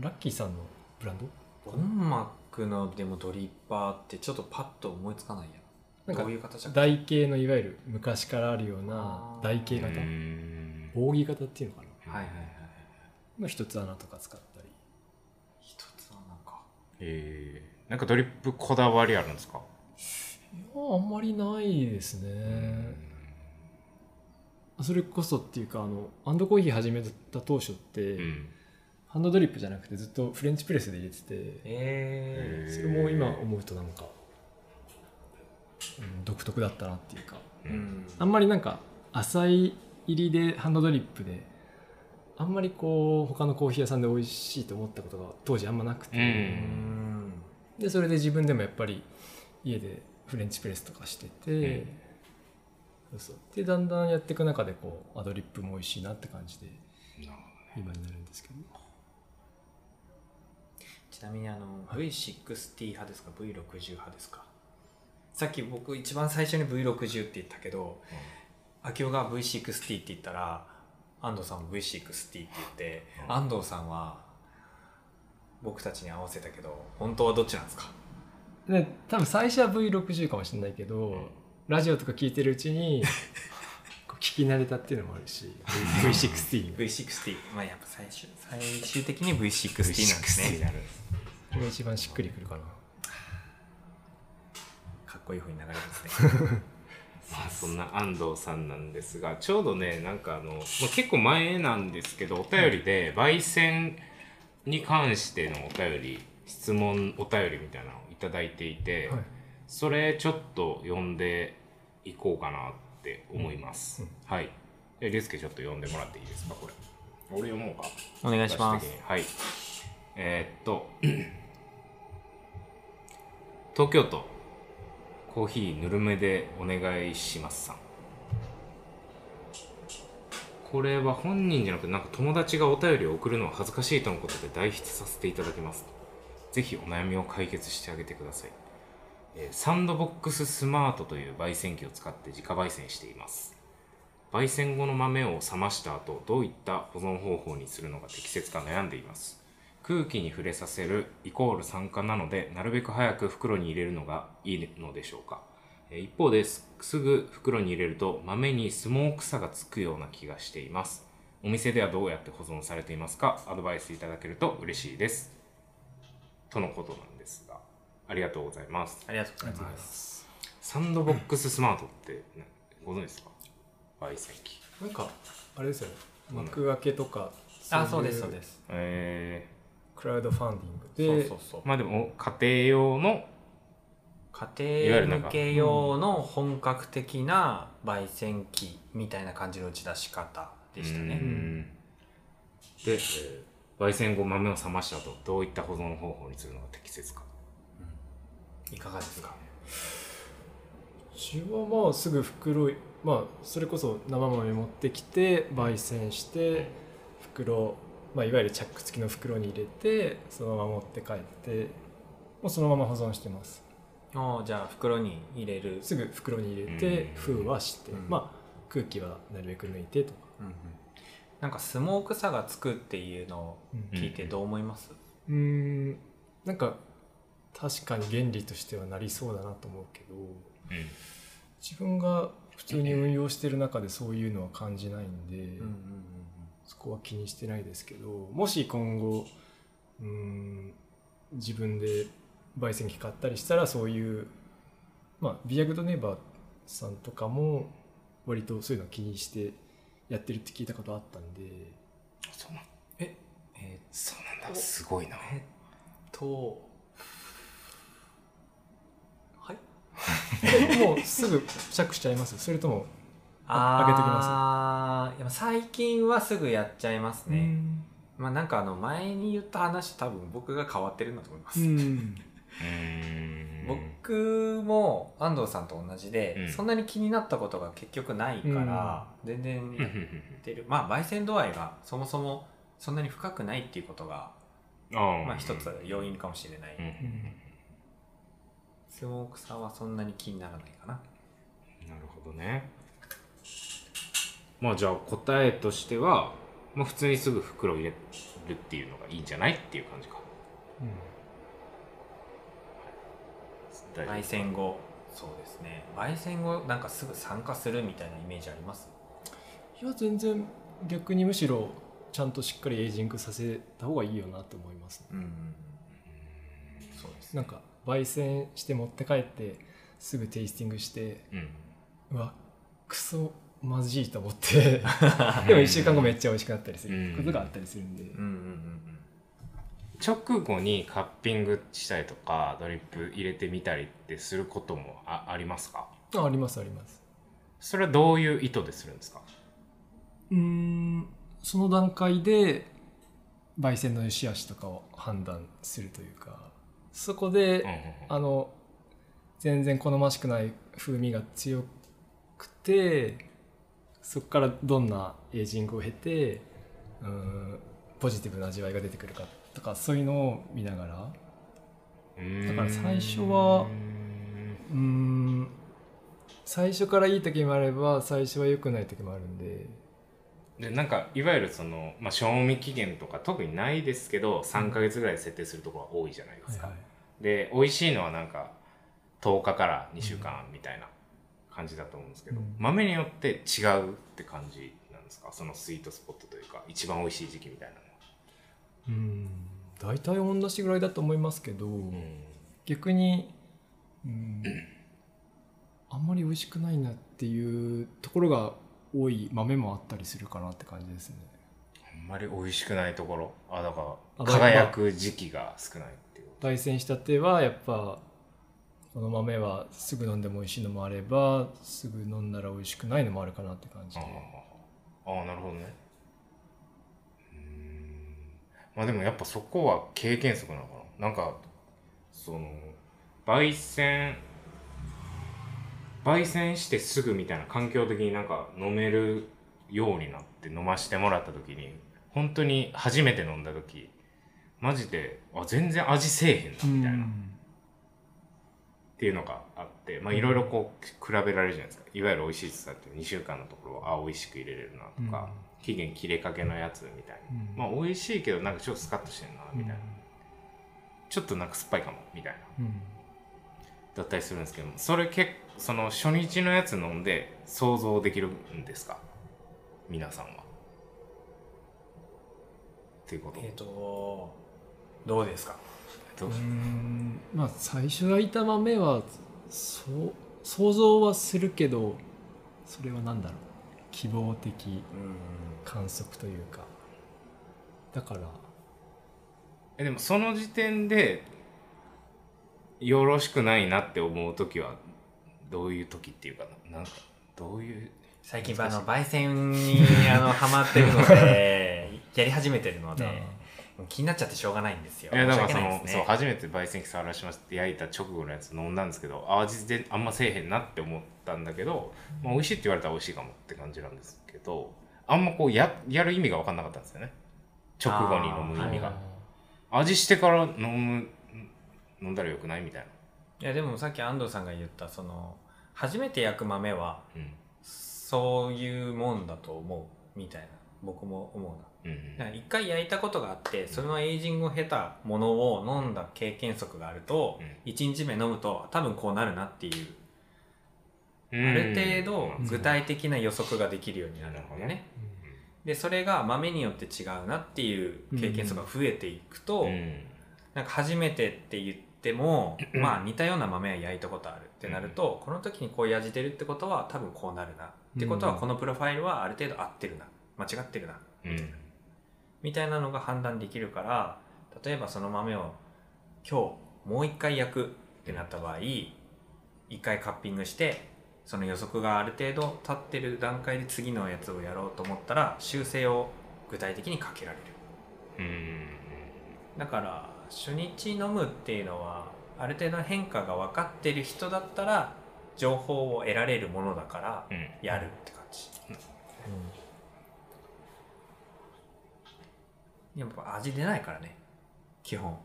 Speaker 3: ラッキーさんのブランド
Speaker 2: ボンマックのでもドリッパーってちょっとパッと思いつかないや
Speaker 3: なんか
Speaker 2: どういう形だっけ
Speaker 3: 台形のいわゆる昔からあるような台形
Speaker 1: う
Speaker 3: 型
Speaker 1: ーん
Speaker 3: 扇形っていうのかな
Speaker 2: はいはいはい
Speaker 3: の一つ穴とか使ったり
Speaker 2: 一つはなんか
Speaker 1: えー、なんかドリップこだわりあるんですか
Speaker 3: いやあんまりないですねそれこそっていうかあのハンドコーヒー始めた当初って、
Speaker 1: うん
Speaker 3: ハンドドリップじゃなくてずっとフレンチプレスで入れてて、
Speaker 2: え
Speaker 1: えー
Speaker 3: それも今思うとなんか、うん独特だったなっていうか
Speaker 2: えうん
Speaker 3: あんまりなんか浅い入りでハンドドリップであんまりこう他のコーヒー屋さんで美味しいと思ったことが当時あんまなくて、
Speaker 1: うん
Speaker 2: うん
Speaker 3: でそれで自分でもやっぱり家でフレンチプレスとかしてて、そうそうでだんだんやっていく中でこうアドリップも美味しいなって感じで
Speaker 1: なる
Speaker 3: 今になるんですけど
Speaker 2: ちなみにあの V60 派ですか V60 派ですかさっき僕一番最初に V60 って言ったけど
Speaker 1: ほどね
Speaker 2: 秋夫が V60 って言ったら安藤さんも V60 って言って、
Speaker 1: うん
Speaker 2: 安藤さんは僕たちに合わせたけど本当はどっちなんですか
Speaker 3: で多分最初は V60 かもしれないけど、
Speaker 1: ん
Speaker 3: ラジオとか聞いてるう ちにこう聞き慣れたっていうのもあるし V60 こ
Speaker 2: V60 まあやっぱ最終最終的に V60 なんです
Speaker 1: 60にな
Speaker 2: ね
Speaker 1: る
Speaker 3: れが一番しっくりくるかな
Speaker 2: かっこいい風に流れます ね
Speaker 1: まあ、そんな安藤さんなんですがちょうどねなんかあの、まあ、結構前なんですけどお便りで焙煎に関してのお便り質問お便りみたいなのをいただいていて、
Speaker 3: はい
Speaker 1: それちょっと読んでいこうかなって思います、
Speaker 3: うん
Speaker 1: はいじゃあ竜介ちょっと読んでもらっていいですかこれ俺読もうか
Speaker 2: お願いします
Speaker 1: 私的にはいえーっと 東京都コーヒーぬるめでお願いしますさんこれは本人じゃなくてなんか友達がお便りを送るのは恥ずかしいとのことで代筆させていただきますぜひお悩みを解決してあげてください、えーサンドボックススマートという焙煎機を使って自家焙煎しています焙煎後の豆を冷ました後どういった保存方法にするのが適切か悩んでいます空気に触れさせるイコール酸化なのでなるべく早く袋に入れるのがいいのでしょうかえー一方ですすぐ袋に入れると豆にスモークさがつくような気がしていますお店ではどうやって保存されていますかアドバイスいただけると嬉しいですとのことなんですがありがとうございます
Speaker 2: ありがとうござい
Speaker 3: ありがとうござい
Speaker 2: ま
Speaker 3: ます
Speaker 1: サンドボックススマートってなご存知ですか焙煎機
Speaker 3: なんかあれですよね
Speaker 1: うん
Speaker 3: 幕開けとか、
Speaker 2: あそうですそうですす
Speaker 1: え
Speaker 3: クラウドファンディ
Speaker 2: そ
Speaker 3: ング
Speaker 2: う
Speaker 3: で
Speaker 2: そうそう
Speaker 1: ー、まあでも家庭用のいわ
Speaker 2: 家
Speaker 1: ゆるな
Speaker 2: 庭
Speaker 1: んか
Speaker 2: 向け用の本格的な焙煎機みたいな感じの打ち出し方でした
Speaker 1: う
Speaker 2: ね
Speaker 1: んで、えー焙煎後豆を冷ました後どういった保存方法にするのが適切か
Speaker 2: いかがですか
Speaker 3: うちはまあすぐ袋いまあそれこそ生豆持ってきて焙煎して袋、まあ、いわゆるチャック付きの袋に入れてそのまま持って帰ってもうそのまま保存してます
Speaker 2: おーじゃあ袋に入れる、
Speaker 3: すぐ袋に入れ
Speaker 1: うん
Speaker 3: て封はして、
Speaker 2: うん
Speaker 3: まあ空気はなるべく抜いてとか、
Speaker 2: うんうんなんかスモークさがつくっていうのを
Speaker 3: うん
Speaker 2: 聞いてどう思います、
Speaker 3: うーんなんか確かに原理としてはなりそうだなと思うけど
Speaker 1: うん
Speaker 3: 自分が普通に運用してる中でそういうのは感じないんで、
Speaker 2: うんうん
Speaker 3: そこは気にしてないですけどもし今後うーん自分で焙煎機買ったりしたらそういうまあビアグドネイバーさんとかも割とそういうの気にしてやってるって聞いたことあったんで
Speaker 1: そうなん
Speaker 2: うんうんえ
Speaker 1: そうなんだすごいな
Speaker 2: ーえっとはい
Speaker 3: えもうすぐ着しちゃいますそれともあ上げときます
Speaker 2: あーいや最近はすぐやっちゃいますね、
Speaker 3: うん
Speaker 2: まあなんかあの前に言った話多分僕が変わってるんだと思います、
Speaker 3: うん
Speaker 1: うーん
Speaker 2: 僕も安藤さんと同じで、
Speaker 1: うん
Speaker 2: そんなに気になったことが結局ないから、全然
Speaker 1: うんう
Speaker 2: や
Speaker 1: ん
Speaker 2: っ
Speaker 1: うん
Speaker 2: てる、まあ焙煎度合いがそもそもそんなに深くないっていうことが、
Speaker 1: うんあ ー
Speaker 2: まあ一つ要因かもしれない、
Speaker 1: うんうん
Speaker 2: スモークさんはそんなに気にならないかな
Speaker 1: なるほどねまあじゃあ答えとしては、まあ、普通にすぐ袋入れるっていうのがいいんじゃないっていう感じか大丈夫
Speaker 2: 焙煎後そうですね焙煎後なんかすぐ酸化するみたいなイメージあります
Speaker 3: いや全然逆にむしろちゃんとしっかりエイジングさせた方がいいよなと思いますね
Speaker 2: うんうんうんそうです
Speaker 3: なんか焙煎して持って帰ってすぐテイスティングして
Speaker 1: うん
Speaker 3: うわクソまずいと思ってでも1週間後めっちゃ美味しくなったりす
Speaker 1: う
Speaker 3: る
Speaker 1: ん
Speaker 3: ことがあったりするんで、
Speaker 2: うんうんうん
Speaker 1: 直後にカッピングしたりとかドリップ入れてみたりってすることもあありますか
Speaker 3: あありますあります
Speaker 1: それはどういう意図でするんですか
Speaker 3: うーんその段階で焙煎の良し悪しとかを判断するというかそこで、
Speaker 1: うんうん
Speaker 3: あの全然好ましくない風味が強くてそこからどんなエイジングを経てうーんポジティブな味わいが出てくるかとかそういうのを見ながら
Speaker 1: うん
Speaker 3: だから最初はうーん最初からいい時もあれば最初は良くない時もあるんで
Speaker 1: でなんかいわゆるその、まあ、賞味期限とか特にないですけど3ヶ月ぐらい設定するところが多いじゃないですか、で美味しいのはなんか10日から2週間みたいな感じだと思うんですけど、
Speaker 3: うん
Speaker 1: 豆によって違うって感じなんですかそのスイートスポットというか一番美味しい時期みたいなのは
Speaker 3: うーん大体同じぐらいだと思いますけど、
Speaker 1: うん
Speaker 3: 逆にうんあんまり美味しくないなっていうところが多い豆もあったりするかなって感じですね
Speaker 1: あんまり美味しくないところあだか
Speaker 3: あ
Speaker 1: ら輝く時期が少ないっていう
Speaker 3: 焙煎したてはやっぱこの豆はすぐ飲んでも美味しいのもあればすぐ飲んだら美味しくないのもあるかなって感じ
Speaker 1: あ
Speaker 3: で
Speaker 1: あああなるほどねうーんまあでもやっぱそこは経験則なのかななんかその焙煎焙煎してすぐみたいな環境的になんか飲めるようになってって飲ましてもらった時に本当に初めて飲んだ時マジであ全然味せえへんなみたいな、っていうのがあってまあいろいろこう比べられるじゃないですかいわゆる美味しさって2週間のところはあ美味しく入れれるなとか、期限切れかけのやつみたい
Speaker 3: うん
Speaker 1: な、まあ美味しいけどなんかちょっとスカッとしてるなみたいな、ちょっとなんか酸っぱいかもみたいな
Speaker 3: うん
Speaker 1: だったりするんですけどもそれ結その初日のやつ飲んで想像できるんですか皆さんは。っていうこと
Speaker 2: えっ、とどうですか
Speaker 1: ど
Speaker 3: う
Speaker 1: う
Speaker 3: ー
Speaker 1: し
Speaker 3: んまあ最初がいた豆はそう想像はするけどそれは何だろう希望的
Speaker 2: うん
Speaker 3: 観測というかだから
Speaker 1: えでもその時点でよろしくないなって思う時はどういう時っていうかななんかどういう
Speaker 2: 最近あの焙煎にあのハマってるのでやり始めてるのでもう気になっちゃってしょうがないんですよ
Speaker 1: いやだからそ
Speaker 2: 申し訳
Speaker 1: の
Speaker 2: ない、です
Speaker 1: そう
Speaker 2: ね
Speaker 1: 初めて焙煎機触らしまして焼いた直後のやつ飲んだんですけどあ味であんませえへんなって思ったんだけど、まあ、美味しいって言われたら美味しいかもって感じなんですけどあんまこうややる意味が分かんなかったんですよね直後に飲む意味が、
Speaker 2: あ
Speaker 1: 味してから飲む飲んだらよくないみたい
Speaker 2: いやでもさっき安藤さんが言ったその初めて焼く豆は
Speaker 1: な
Speaker 2: そういうもんだと思うみたいな僕も思うな
Speaker 1: うんうん
Speaker 2: だから一回焼いたことがあってそのエイジングを経たものを飲んだ経験則があると
Speaker 1: うん
Speaker 2: 1日目飲むと多分こうなるなっていう
Speaker 1: うん
Speaker 2: ある程度
Speaker 1: うん
Speaker 2: 具体的な予測ができるようになる
Speaker 1: うんん
Speaker 2: だ
Speaker 1: な
Speaker 2: よ
Speaker 1: る
Speaker 2: ねでそれが豆によって違うなっていう経験則が増えていくと、
Speaker 1: うん
Speaker 2: なんか初めてって言っても、まあ似たような豆は焼いたことあるってなると、この時にこういう味出るってことは多分こうなるな、ってことは
Speaker 3: うん
Speaker 2: このプロファイルはある程度合ってるな間違ってるな
Speaker 1: うん
Speaker 2: みたいなのが判断できるから例えばその豆を今日もう一回焼くってなった場合一回カッピングしてその予測がある程度立ってる段階で次のやつをやろうと思ったら修正を具体的にかけられる
Speaker 1: うん
Speaker 2: だから初日飲むっていうのはある程度の変化が分かってる人だったら情報を得られるものだから
Speaker 1: うん
Speaker 2: やるって感じやっぱ味出ないからね基本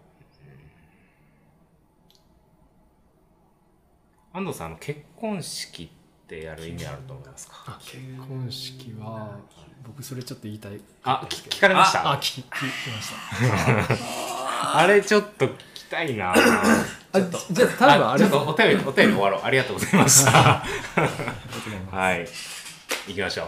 Speaker 1: 安藤さんあの結婚式ってやる意味あると思いますか
Speaker 3: あ結婚式は僕それちょっと言いたい
Speaker 1: あ聞聞かれました
Speaker 3: あ聞き聞きました
Speaker 1: あれちょっと聞きたいな
Speaker 3: あじゃあ多分あれ
Speaker 1: ちょっとお便りお便り終わろうありがとうございましたはい行きましょ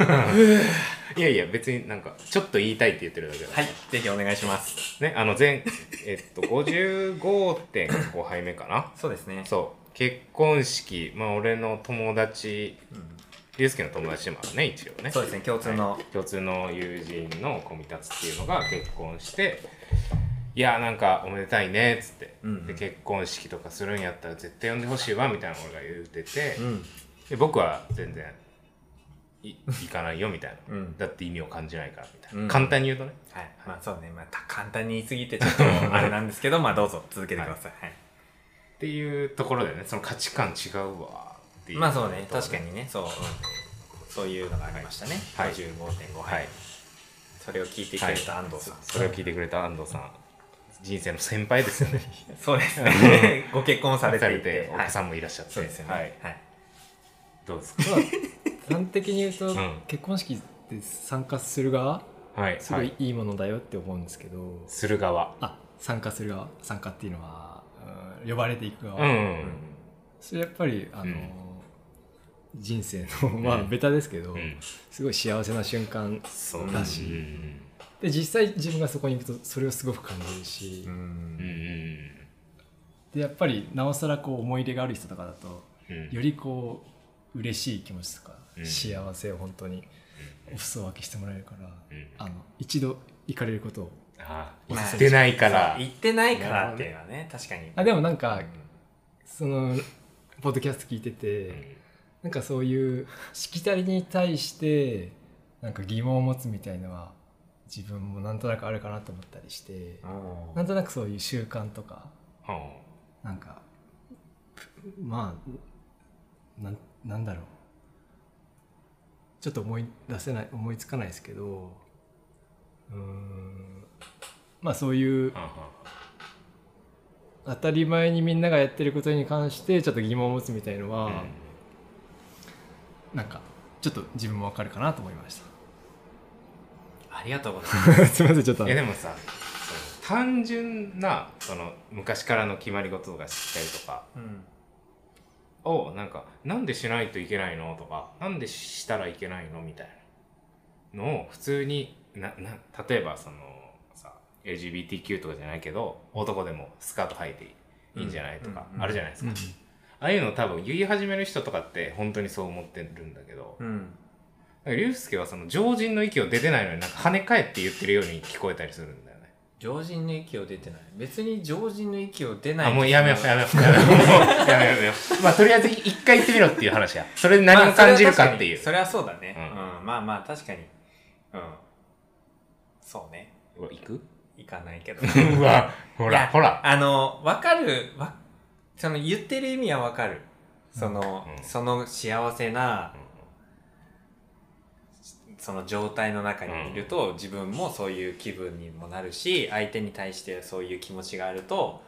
Speaker 1: ういやいや別になんかちょっと言いたいって言ってるだけだ、
Speaker 2: はいぜひお願いします
Speaker 1: ねあの前えっと55.5杯目かな
Speaker 2: そうですね
Speaker 1: そう結婚式まあ俺の友達
Speaker 2: うん
Speaker 1: 龍介の友達でもあるね一応ね
Speaker 2: そうですね共通の、
Speaker 1: はい共通の友人のコミタツっていうのが結婚していやなんかおめでたいねっつって、
Speaker 2: うんうん
Speaker 1: で結婚式とかするんやったら絶対呼んでほしいわみたいな俺が言うてて、
Speaker 2: うん
Speaker 1: で僕は全然い行かないよみたいな、
Speaker 2: うん
Speaker 1: だって意味を感じないからみたいな、
Speaker 2: うん
Speaker 1: 簡単に言うとね
Speaker 2: はい、まあそうね、まあ、た簡単に言い過ぎてちょっとあれなんですけどまあどうぞ続けてください、はい
Speaker 1: っていうところでねその価値観違うわっていう
Speaker 2: まあそうね
Speaker 1: ところで
Speaker 2: 確かにねそう、うんそういうのがありましたね、
Speaker 1: はい
Speaker 2: 55.5はい、
Speaker 1: はい
Speaker 2: それを聞いてくれた安藤さん、
Speaker 1: それを聞いてくれた安藤さん人生の先輩ですよ ね
Speaker 2: そうですねご結婚され
Speaker 1: さ
Speaker 2: て
Speaker 1: れ
Speaker 2: いて
Speaker 1: てお子さ
Speaker 2: はい
Speaker 1: んもいらっしゃって、
Speaker 2: そうですよね、
Speaker 1: はい、
Speaker 2: はい
Speaker 1: どうです か
Speaker 3: 端的に言うと、
Speaker 1: うん
Speaker 3: 結婚式って参加する側
Speaker 1: はい
Speaker 3: すご
Speaker 1: はい
Speaker 3: いいものだよって思うんですけど、
Speaker 1: する側
Speaker 3: あ参加する側参加っていうのは、うん呼ばれていく側、
Speaker 1: うん
Speaker 3: それやっぱりあの、
Speaker 1: うん
Speaker 3: 人生のまあ
Speaker 1: うん
Speaker 3: ベタですけど、
Speaker 1: うん
Speaker 3: すごい幸せな瞬間
Speaker 1: そう
Speaker 2: だ
Speaker 3: し
Speaker 1: うん
Speaker 3: で実際自分がそこに行くとそれをすごく感じるし、
Speaker 2: うん
Speaker 1: うんうん
Speaker 3: でやっぱりなおさらこう思い入れがある人とかだと
Speaker 1: うん
Speaker 3: よりこう嬉しい気持ちとか、
Speaker 1: うん
Speaker 3: 幸せを本当にお裾分けしてもらえるから、
Speaker 1: うん
Speaker 3: あの一度行かれることを
Speaker 1: あ
Speaker 2: まあ
Speaker 1: 行ってないから
Speaker 2: そう行ってないからっていうのはね確かに
Speaker 3: あでもなんか、
Speaker 2: うん
Speaker 3: そのポッドキャスト聞いてて、
Speaker 1: うん
Speaker 3: なんかそういうしきたりに対してなんか疑問を持つみたいのは自分もなんとなくあるかなと思ったりして、
Speaker 2: うん
Speaker 3: なんとなくそういう習慣とか
Speaker 1: は
Speaker 3: なんかまあなんなんだろうちょっと思い出せない思いつかないですけどうーんまあそういう
Speaker 1: はんはん
Speaker 3: 当たり前にみんながやってることに関してちょっと疑問を持つみたいのは、
Speaker 1: うん
Speaker 3: なんかちょっと自分もわかるかなと思いまし
Speaker 2: ありがとうございます
Speaker 3: た すみませんちょっとあ
Speaker 1: い
Speaker 3: の
Speaker 1: やでもさその単純なその昔からの決まり事が知ったりとか
Speaker 2: うん
Speaker 1: をなんかなんでしないといけないのとかなんでしたらいけないのみたいなのを普通になな例えばそのさ LGBTQ とかじゃないけど男でもスカート履いていいんじゃないとか
Speaker 2: うんうん
Speaker 1: あるじゃないです
Speaker 3: う
Speaker 1: か、
Speaker 3: ん
Speaker 1: ああいうの多分言い始める人とかって本当にそう思ってるんだけど
Speaker 2: うん
Speaker 1: なんか竜介はその常人の域を出てないのになんか跳ね返って言ってるように聞こえたりするんだよね
Speaker 2: 常人の息を出てない別に常人の息を出ない
Speaker 1: あ、もうやめよう、やめよう、や めよう。もうやめよう、やめよう。まあ、とりあえず一回行ってみろっていう話や。それで何を感じるかっていう。
Speaker 2: まあそれは確かにそれはそうだね、
Speaker 1: う
Speaker 2: うんまあまあ確かにうんそうね
Speaker 1: うわ行く
Speaker 2: いかない けど
Speaker 1: うわ、ほ
Speaker 2: い
Speaker 1: ら、
Speaker 2: や
Speaker 1: ほら。
Speaker 2: あの分かるわその言ってる意味は分かるその、
Speaker 1: うん
Speaker 2: その幸せなその状態の中にいると、自分もそういう気分にもなるし相手に対してそういう気持ちがあると、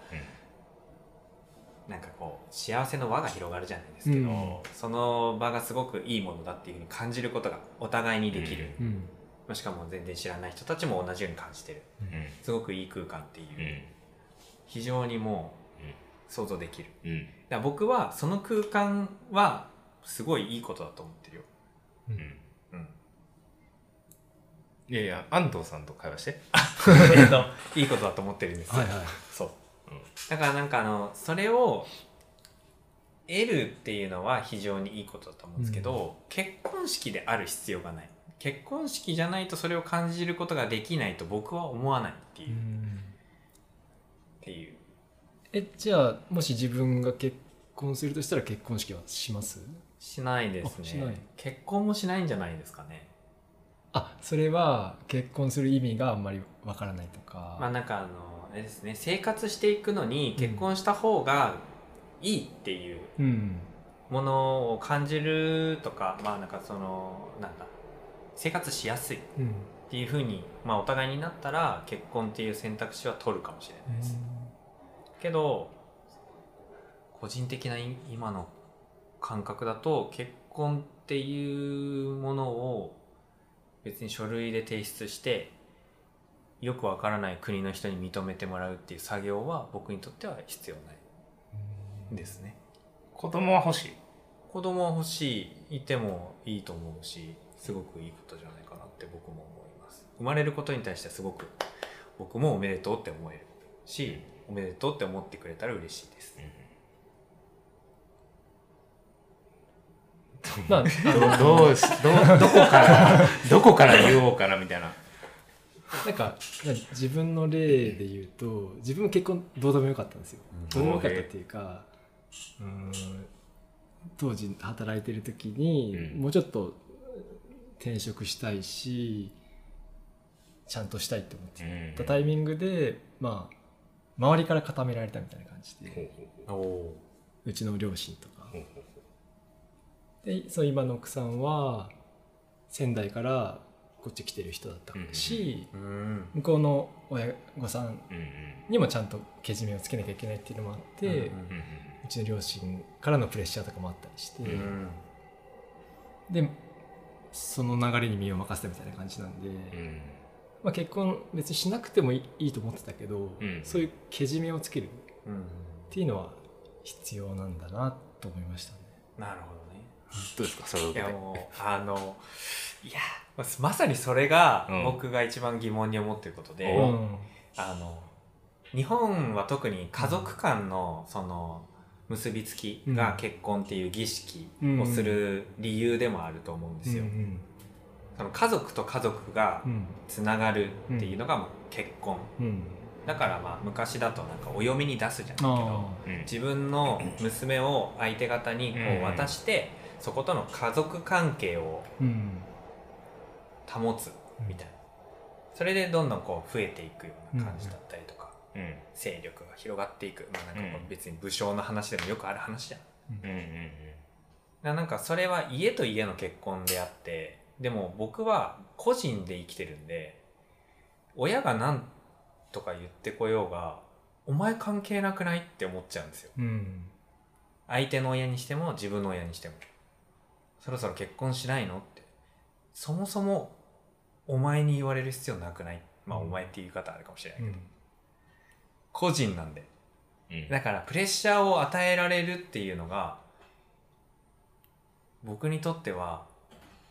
Speaker 2: なんかこう幸せの輪が広がるじゃないですけど、
Speaker 3: うん
Speaker 2: その場がすごくいいものだっていうふうに感じることがお互いにできる、
Speaker 3: うん
Speaker 2: もしかも全然知らない人たちも同じように感じてる
Speaker 1: うん
Speaker 2: すごくいい空間っていう、
Speaker 1: う
Speaker 2: 非常にもう
Speaker 1: うん
Speaker 2: 想像できる
Speaker 1: ん。うん。
Speaker 2: だから僕はその空間はすごいいいことだと思 ってるよ、
Speaker 1: うん。
Speaker 2: うん、
Speaker 1: いやいや、安藤さんと会話して。
Speaker 2: えっといいことだと思ってるんですよ
Speaker 3: はいはい
Speaker 2: そう、
Speaker 1: うん
Speaker 2: だからなんかあのそれを得るっていうのは非常にいいことだと思うんですけど、結婚式である必要がない結婚式じゃないとそれを感じることができないと僕は思わないっていう,、っていう
Speaker 3: えじゃあもし自分が結婚するとしたら結婚式はします
Speaker 2: しないです
Speaker 3: あしない
Speaker 2: ね結婚もしないんじゃないですかね
Speaker 3: あそれは結婚する意味があんまりわからないとか、
Speaker 2: まあなんかあのあれですね生活していくのに結婚した方がいいっていう
Speaker 3: うん
Speaker 2: ものを感じるとかまあなんかそのなんだ生活しやすい
Speaker 3: う
Speaker 2: っ
Speaker 3: ん
Speaker 2: ていうふうに、まあ、お互いになったら結婚っていう選択肢は取るかもしれないです、けど個人的な今の感覚だと結婚っていうものを別に書類で提出してよくわからない国の人に認めてもらうっていう作業は僕にとっては必要ないですね
Speaker 1: 子供は欲しい。
Speaker 2: 子供は欲しいいてもいいと思うしすごくいいことじゃないかなって僕も思います生まれることに対してすごく僕もおめでとうって思えるし、おめでとうって思ってくれたら嬉しいです、
Speaker 3: まあ
Speaker 1: どどうし、ど、どこから、どこから言おうかなみたいな。
Speaker 3: なんか自分の例で言うと自分も結婚どうでもよかったんですよどうでもよかったっていうかうーん当時働いてる時に
Speaker 1: うん
Speaker 3: もうちょっと転職したいしちゃんとしたいって思ってたタイミングでまあ周りから固められたみたいな感じ
Speaker 1: ほ
Speaker 3: で
Speaker 1: うほうほう
Speaker 2: おお
Speaker 3: うちの両親とか
Speaker 1: ほうほうほ
Speaker 3: でそう今の奥さんは仙台からこっち来てる人だったし
Speaker 2: ーうん
Speaker 3: 向こうの親御さん
Speaker 1: ううんうん
Speaker 3: にもちゃんとけじめをつけなきゃいけないっていうのもあって、う
Speaker 2: うん
Speaker 1: うん
Speaker 3: ちの両親からのプレッシャーとかもあったりして、
Speaker 2: うん
Speaker 3: でその流れに身を任せたみたいな感じなんで、
Speaker 1: うんうん
Speaker 3: まあ、結婚別にしなくてもいいいいと思ってたけど、
Speaker 1: うん
Speaker 3: そういうけじめをつけるっ
Speaker 2: うん
Speaker 3: ていうのは必要なんだなと思いましたね。
Speaker 2: なるほどね
Speaker 1: どうですかそれを
Speaker 2: い
Speaker 1: 受け
Speaker 2: や
Speaker 1: て。
Speaker 2: もうあのいやままさにそれが
Speaker 1: うん
Speaker 2: 僕が一番疑問に思ってることで、
Speaker 1: お
Speaker 3: うん
Speaker 2: あの日本は特に家族間のその結びつきが結婚っていう儀式をする理由でもあると思うんですよ。
Speaker 3: うん
Speaker 2: その家族と家族が
Speaker 3: うん
Speaker 2: つながるっていうのがまあ結婚
Speaker 3: うん
Speaker 2: だからまあ昔だとなんかお嫁に出すじゃないけど
Speaker 3: あ
Speaker 1: うん
Speaker 2: 自分の娘を相手方にこ
Speaker 1: うん
Speaker 2: う渡してそことの家族関係を
Speaker 3: ーうん
Speaker 2: 保つみたいなそれでどんどんこう増えていくような感じだったりとか。
Speaker 1: うん
Speaker 2: 勢力が広がっていく、まあ、なんかこ
Speaker 1: うん
Speaker 2: う別に武将の話でもよくある話じゃん、
Speaker 1: うんうんうん
Speaker 2: ななんかそれは家と家の結婚であってでも僕は個人で生きてるんで親が何とか言ってこようがお前関係なくないって思っちゃうんですよ
Speaker 3: うん
Speaker 2: 相手の親にしても自分の親にしてもそろそろ結婚しないのってそもそもお前に言われる必要なくないまあ
Speaker 3: う
Speaker 2: お
Speaker 3: ん
Speaker 2: 前っていう言い方あるかもしれない、
Speaker 3: うん
Speaker 2: 個人なんで
Speaker 1: うん
Speaker 2: だからプレッシャーを与えられるっていうのが僕にとっては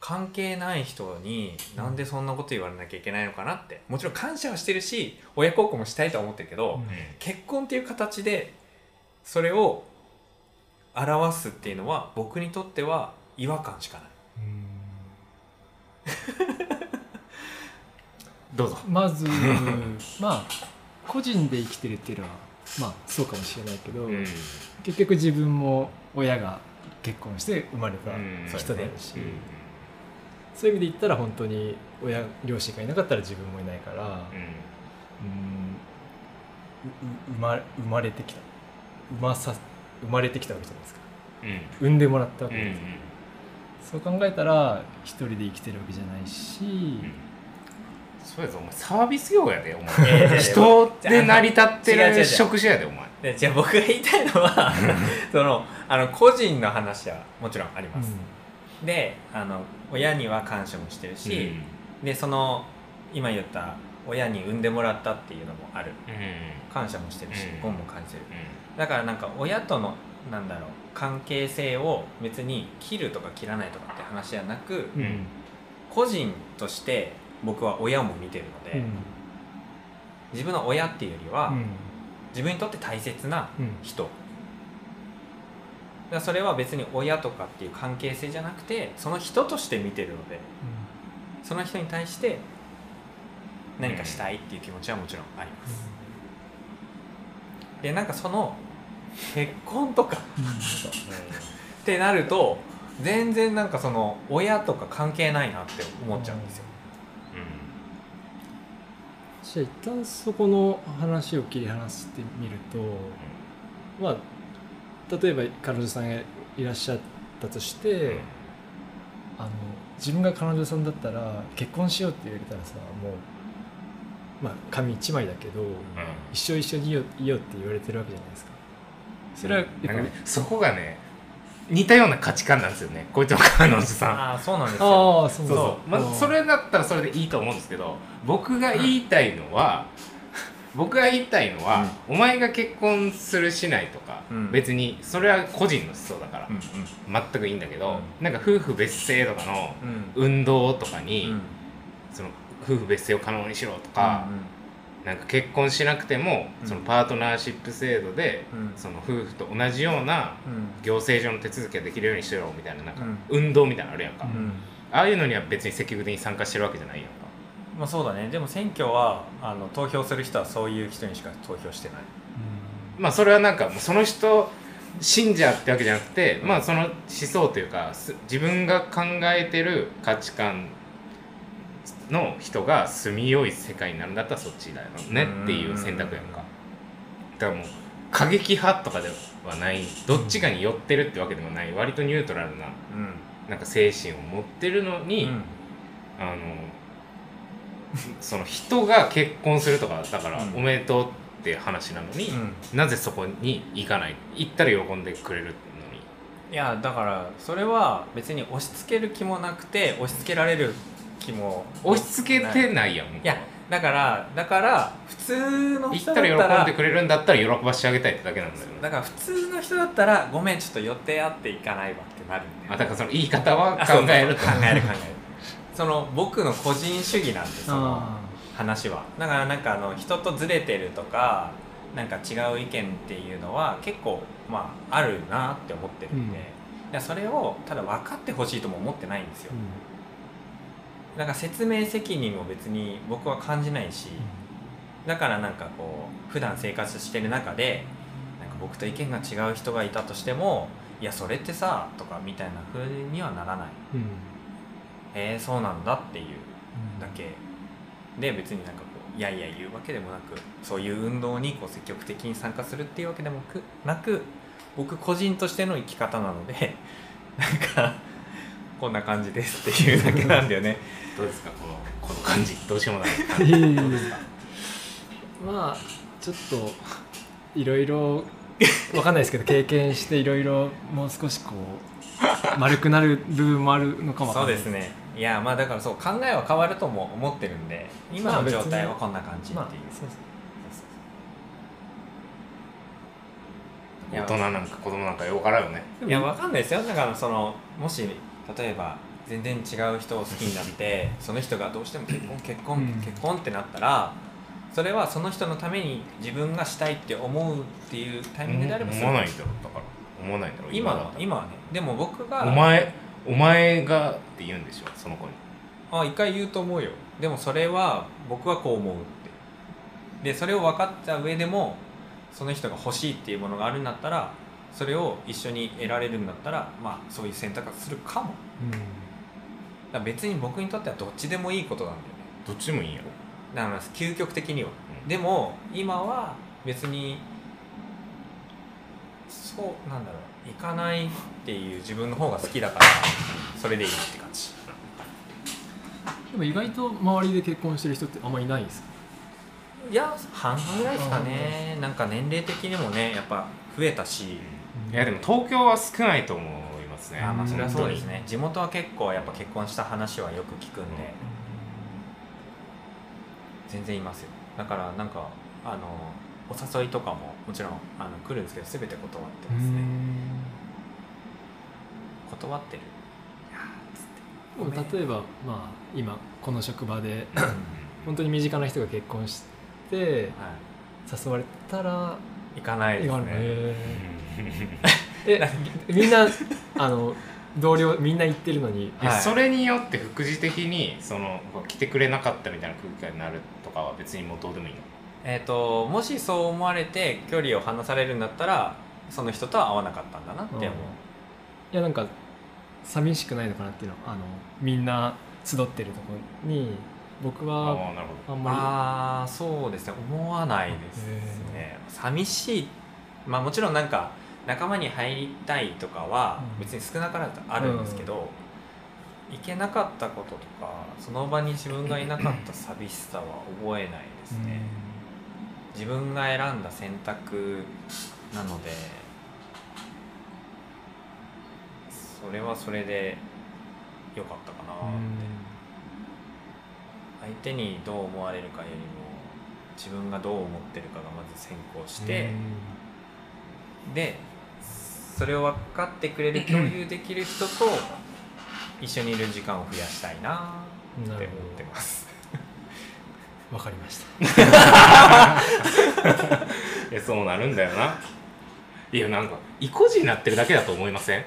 Speaker 2: 関係ない人になんでそんなこと言われなきゃいけないのかなってもちろん感謝はしてるし親孝行もしたいとは思ってるけど、結婚っていう形でそれを表すっていうのは僕にとっては違和感しかない。
Speaker 1: どうぞ。
Speaker 3: まず まあ個人で生きてるっていうのはまあそうかもしれないけど、
Speaker 1: うん
Speaker 3: 結局自分も親が結婚して生まれた
Speaker 1: うん
Speaker 3: 人である
Speaker 1: う
Speaker 3: し、
Speaker 1: ん
Speaker 3: そういう意味で言ったら本当に親両親がいなかったら自分もいないから、
Speaker 1: うん
Speaker 3: うんうう生ま生まれてきた生まさ生まれてきたわけじゃないですか
Speaker 1: うん
Speaker 3: 産んでもらったわ
Speaker 1: う
Speaker 3: け
Speaker 1: ん
Speaker 3: です、そう考えたら一人で生きてるわけじゃないし、
Speaker 1: うんそうやぞお前サービス業やでお
Speaker 2: いやいや
Speaker 1: 前人で成り立って
Speaker 2: 違う違う違
Speaker 1: る
Speaker 2: う
Speaker 1: 職種やでお前
Speaker 2: でじゃあ僕が言いたいの はそのあの個人の話はもちろんあります。であの親には感謝もしてるし、でその今言った親に産んでもらったっていうのもある
Speaker 1: うん
Speaker 2: 感謝もしてるし
Speaker 1: うん
Speaker 2: 恩も感じてるだからなんか親とのなんだろう関係性を別に切るとか切らないとかって話じゃなく、
Speaker 3: うん
Speaker 1: うん
Speaker 2: 個人として僕は親も見てるの
Speaker 3: う
Speaker 2: で、
Speaker 3: ん
Speaker 2: 自分の親っていうよりは、
Speaker 3: うん
Speaker 2: 自分にとって大切な
Speaker 3: うん
Speaker 2: 人だからそれは別に親とかっていう関係性じゃなくてその人として見てるのでその人に対して何かしたいっていう気持ちはもちろんあります、でなんかその結婚とかってなると全然なんかその親とか関係ないなって思っちゃうんですよ、
Speaker 3: じゃあ一旦そこの話を切り離してみると、まあ、例えば彼女さんがいらっしゃったとして、
Speaker 1: うん
Speaker 3: あの自分が彼女さんだったら結婚しようって言われたらさもう、まあ、紙一枚だけど、一生一緒にいよういようって言われてるわけじゃないですか。それはやっぱ
Speaker 1: なんかねそこがね似たような価値観なんですよねこいつの彼女さん
Speaker 2: ああそうなんですよ
Speaker 3: ああそう
Speaker 1: そうそう、ま
Speaker 3: あー
Speaker 1: あ、それだったらそれでいいと思うんですけど僕が言いたいのは僕が言いたいのは、お前が結婚するしないとか、
Speaker 2: うん
Speaker 1: 別にそれは個人の思想だから
Speaker 2: うん、
Speaker 1: 全くいいんだけど、なんか夫婦別姓とかの
Speaker 2: うんうん
Speaker 1: 運動とかに、
Speaker 2: うん
Speaker 1: その夫婦別姓を可能にしろとか、なんか結婚しなくても
Speaker 2: うん
Speaker 1: そのパートナーシップ制度で、
Speaker 2: うんうん
Speaker 1: その夫婦と同じような
Speaker 2: うん
Speaker 1: 行政上の手続きができるようにしろみたいななんか
Speaker 2: うん
Speaker 1: 運動みたいなのあるやんか、
Speaker 2: うん
Speaker 1: ああいうのには別に積極的に参加してるわけじゃないやんか
Speaker 2: まあそうだねでも選挙はあの投票する人はそういう人にしか投票してない
Speaker 1: まあそれはなんかもうその人信者ってわけじゃなくて、まあその思想というかす自分が考えてる価値観の人が住みよい世界になるんだったらそっちだよねっていう選択やんかだからもう過激派とかではないどっちかに寄ってるってわけでもない割とニュートラルな
Speaker 2: うん
Speaker 1: なんか精神を持ってるのに、
Speaker 2: うん
Speaker 1: あのその人が結婚するとかだから
Speaker 2: うん
Speaker 1: おめでとうって話なのに、
Speaker 2: うん
Speaker 1: なぜそこに行かない行ったら喜んでくれるのに
Speaker 2: いやだからそれは別に押し付ける気もなくて押し付けられる気も
Speaker 1: 押し付け
Speaker 2: ない
Speaker 1: てないやんい
Speaker 2: いやだからだから普通の
Speaker 1: 行
Speaker 2: 人
Speaker 1: っ
Speaker 2: だ
Speaker 1: た
Speaker 2: ったら
Speaker 1: ら喜んでくれるんだったら喜ばしてあげたいってだけなんだよね
Speaker 2: だから普通の人だったらごめんちょっと予定あって行かないわってなるんだよ
Speaker 1: あだからその言い方は考
Speaker 2: あそうそう
Speaker 1: えると
Speaker 2: 考える考えるその僕の個人主義なんでその
Speaker 3: あ
Speaker 2: 話はだからなんかあの人とずれてるとかなんか違う意見っていうのは結構まああるなって思ってるんで、
Speaker 3: う
Speaker 2: だからそれをただ分かってほしいとも思ってないんです
Speaker 3: ー
Speaker 2: よ
Speaker 3: う、ん
Speaker 2: なんか説明責任も別に僕は感じないし、だからなんかこう普段生活してる中でなんか僕と意見が違う人がいたとしてもいやそれってさとかみたいな風にはならない
Speaker 3: うん
Speaker 2: へえそうなんだっていう
Speaker 3: うん
Speaker 2: だけで別になんかこういやいや言うわけでもなくそういう運動にこう積極的に参加するっていうわけでもく なく僕個人としての生き方なのでなんかこんな感じですっていうだけなんだよ ね
Speaker 1: どうですかこのこの感じどうしようもない
Speaker 3: まあちょっといろいろわかんないですけど経験していろいろもう少しこう丸くなる部分もあるのかもわか
Speaker 2: そ
Speaker 3: ん
Speaker 2: う
Speaker 3: ない
Speaker 2: ですねいやまあだからそう考えは変わるとも思ってるんで今の状態はこんな感じっていう、
Speaker 3: まあそうです
Speaker 2: いや
Speaker 1: 大人なんか子供なんかよからんよね
Speaker 2: いや、わかんないですよ。だから、その、もし、例えば、全然違う人を好きになって、その人がどうしても結婚、結婚、
Speaker 3: うん
Speaker 2: 結婚ってなったら、それはその人のために自分がしたいって思うっていうタイミングであれば
Speaker 1: 思わないんだろうだから思わないんだろう
Speaker 2: 今
Speaker 1: だ
Speaker 2: の
Speaker 1: っ、たら
Speaker 2: 今はね。でも僕が、
Speaker 1: お前お前がって言うんでしょその子に
Speaker 2: あ、一回言うと思うよ。でもそれは、僕はこう思うって。で、それを分かった上でも、その人が欲しいっていうものがあるんだったら、それを一緒に得られるんだったら、まあ、そういう選択はするかも。だから別に僕にとってはどっちでもいいことなんだよね
Speaker 1: どっちでもいいんやろ
Speaker 2: だから究極的には、
Speaker 1: うん
Speaker 2: でも今は別にそうなんだろう行かないっていう自分の方が好きだからそれでいいって感じ
Speaker 3: うんでも意外と周りで結婚してる人ってあんまりいないです
Speaker 2: いや半々ぐらいですか
Speaker 3: 半々ぐ
Speaker 2: ねなんか年齢的にもねやっぱ増えたし、
Speaker 1: いやでも東京は少ないと思いますね
Speaker 2: あまあそれはそうです
Speaker 1: 本
Speaker 2: ね地元は結構やっぱ結婚した話はよく聞くんで、全然いますよだからなんかあのお誘いとかももちろんあの来るんですけど全て断ってますね、断ってる
Speaker 3: もう例えば、まあ、今この職場で
Speaker 1: 当に
Speaker 3: 本当に身近な人が結婚して
Speaker 2: は
Speaker 3: 誘われたら
Speaker 2: い、行かないです
Speaker 3: 今の
Speaker 2: ね
Speaker 3: え
Speaker 1: う ん
Speaker 3: えみんなあの同僚みんな行ってるのに
Speaker 2: はい
Speaker 1: えそれによって副次的にその来てくれなかったみたいな空気感になるとかは別にもうどうでもいいの
Speaker 2: えっ、ともしそう思われて距離を離されるんだったらその人とは会わなかったんだなって思う、
Speaker 3: いやなんか寂しくないのかなっていうのはあのみんな集ってるところに僕は
Speaker 1: ああなるほ
Speaker 3: あんま
Speaker 2: ああそうですね思わないですね寂しいまあもちろんなんか仲間に入りたいとかは
Speaker 3: うん
Speaker 2: 別に少なからずあるんですけど、行けなかったこととかその場に自分がいなかった寂しさは覚えないです
Speaker 3: り、
Speaker 2: ね、自分が選んだ選択なのでそれはそれで良かったかな、相手にどう思われるかよりも自分がどう思ってるかがまず先行して、でそれを分かってくれる共有できる人 と一緒にいる時間を増やしたいな
Speaker 3: うんな
Speaker 2: って
Speaker 3: る
Speaker 2: 思って
Speaker 3: ほ
Speaker 2: ます。
Speaker 3: どわかりました
Speaker 1: どえそうなるんだよないやなんか意固地になってるだけだと思いません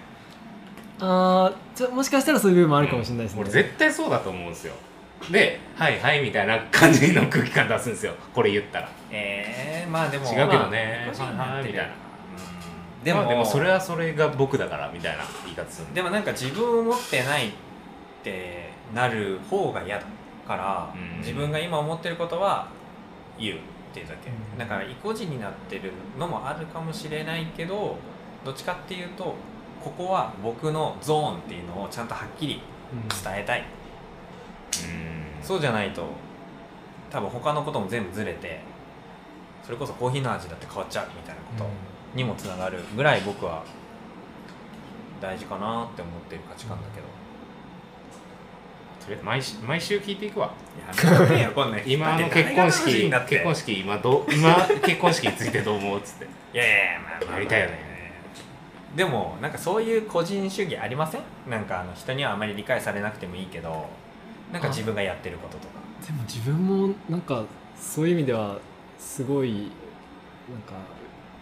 Speaker 3: あーちょもしかしたらそういう部分もあるかもしれないですね、
Speaker 1: うん俺絶対そうだと思うんですよで「はいはい」みたいな感じの空気感出すんですよこれ言ったら
Speaker 2: えー、まあでも
Speaker 1: 違うけどね
Speaker 2: まあ
Speaker 1: まあ
Speaker 2: 個人になってる
Speaker 1: みたいな
Speaker 2: うん
Speaker 1: でも,、でもそれはそれが僕だからみたいな言い方するんで
Speaker 2: でもなんか自分を持ってないってなる方が嫌だから、
Speaker 1: うん
Speaker 2: 自分が今思ってることは言うっていうだけ、
Speaker 3: うん
Speaker 2: だから意固地になってるのもあるかもしれないけどどっちかっていうとここは僕のゾーンっていうのをちゃんとはっきり伝えた
Speaker 1: う
Speaker 2: い、
Speaker 1: ん
Speaker 2: そうじゃないと多分他のことも全部ずれてそれこそコーヒーの味だって変わっちゃうみたいなこと、にもつながるぐらい僕は大事かなって思ってる価値観だけど、
Speaker 1: とりあえず毎週毎週聞いていくわ
Speaker 2: やめてよこんな
Speaker 1: 今の結婚式結婚式今どう今結婚式についてどう思うっつって
Speaker 2: いやいやいやまあまあ
Speaker 1: やりたいよね
Speaker 2: でもなんかそういう個人主義ありませんなんかあの人にはあまり理解されなくてもいいけどなんか自分がやってることとか
Speaker 3: でも自分もなんかそういう意味ではすごいなんか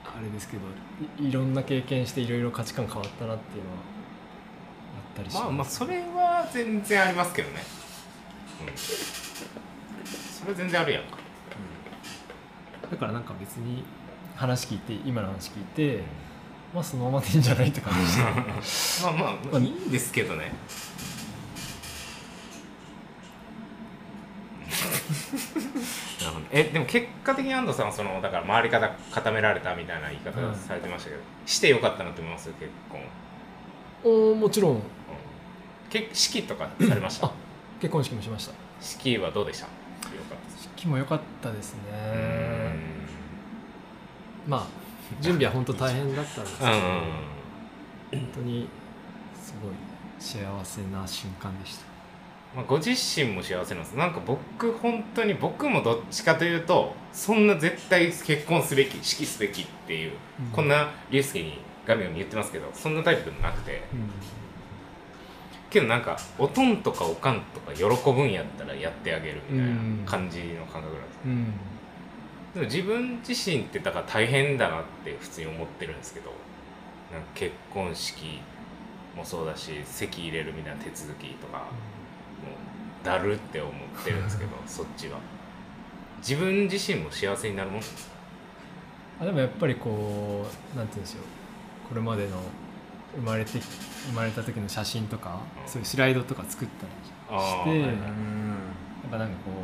Speaker 3: あれですけどいいろんな経験していろいろ価値観変わったなっていうのはあったりし
Speaker 1: まあまあ
Speaker 3: ます、
Speaker 1: それは全然ありますけどね、うん、それは全然あるやんか
Speaker 3: だからなんか別に話聞いて今の話聞いてまあそのままでいいんじゃないって感じでした
Speaker 1: ま あまあ、まあ、いいんですけどね なるほどえでも結果的に安藤さんはそのだから周りから固められたみたいな言い方
Speaker 3: うん
Speaker 1: されてましたけど、してよかったなと思います結婚、うん
Speaker 3: おーもちろん
Speaker 1: け式とかされました
Speaker 3: あ結婚式もしました
Speaker 1: 式はどうでしたよかったです
Speaker 3: 式も良かったですね
Speaker 1: うーん
Speaker 3: まあ準備は本当大変だったんですけ
Speaker 1: う
Speaker 3: ど
Speaker 1: んうん
Speaker 3: 本当にすごい幸せな瞬間でした
Speaker 1: まあ、ご自身も幸せなんですなんか僕本当に僕もどっちかというとそんな絶対結婚すべき式すべきっていう、
Speaker 3: うん
Speaker 1: こんな龍介に画面を言ってますけどそんなタイプでもなくて
Speaker 3: うん
Speaker 1: けどなんかおとんとかおかんとか喜ぶんやったらやってあげるみたいな感じの感覚なんです、
Speaker 3: うん
Speaker 1: でも自分自身ってだから大変だなって普通に思ってるんですけどなんか結婚式もそうだし籍入れるみたいな手続きとかもうだるって思ってるんですけどそっちは自分自身も幸せになるもんです
Speaker 3: あでもやっぱりこうなんて言うんでしょうこれまでの生まれて生まれた時の写真とか、
Speaker 1: うん
Speaker 3: そういうスライドとか作った
Speaker 1: あ
Speaker 3: りし
Speaker 1: ー
Speaker 3: て、
Speaker 1: はいはい
Speaker 2: うん
Speaker 3: やっぱなんかこう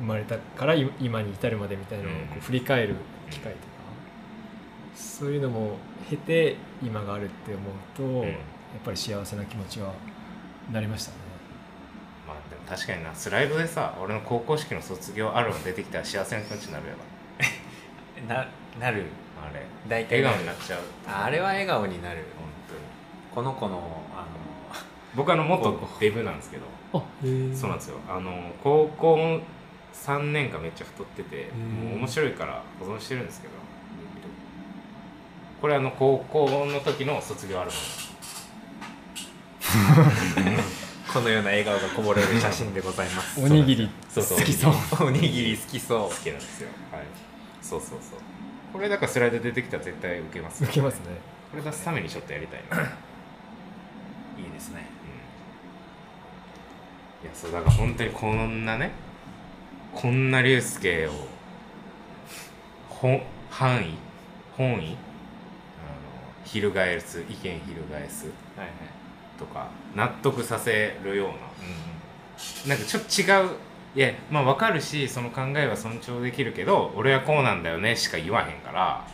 Speaker 3: 生まれたからい今に至るまでみたいなのをこ
Speaker 1: うん
Speaker 3: う振り返る機会とか、そういうのも経て今があるって思うと、
Speaker 1: うん
Speaker 3: やっぱり幸せな気持ちはなりましたね。
Speaker 1: まあでも確かになスライドでさ俺の高校式の卒業アルバム出てきたら幸せな気持ちになるや
Speaker 2: ななる
Speaker 1: ろあれ
Speaker 2: 大体
Speaker 1: 笑
Speaker 2: なる
Speaker 1: 顔になっちゃう
Speaker 2: あれは笑顔になる
Speaker 1: 本当に
Speaker 2: この子の あ
Speaker 1: 僕あの元デブなんですけど
Speaker 3: あへ
Speaker 1: そうなんですよあの高校3年間めっちゃ太ってて
Speaker 3: ん
Speaker 1: もう面白いから保存してるんですけどこれあの高校の時の卒業アルバム
Speaker 2: のこのような笑顔がこぼれる写真でございます
Speaker 3: おにぎり
Speaker 1: そ
Speaker 3: 好
Speaker 1: うそう
Speaker 3: きそう。
Speaker 2: おにぎり好きそう
Speaker 1: 好きなんですよはいそうそうそうこれだからスライド出てきたら絶対受けます
Speaker 3: 受けますね。
Speaker 1: これ出すためにちょっとやりたいな、うん、い
Speaker 2: いいですね
Speaker 1: やそうだから本当にこんなねこんな竜介を本範囲本意あの翻す意見翻す
Speaker 2: はいはい
Speaker 1: とか納得させるようななんかちょっと違ういやまあ分かるしその考えは尊重できるけど俺はこうなんだよねしか言わへんから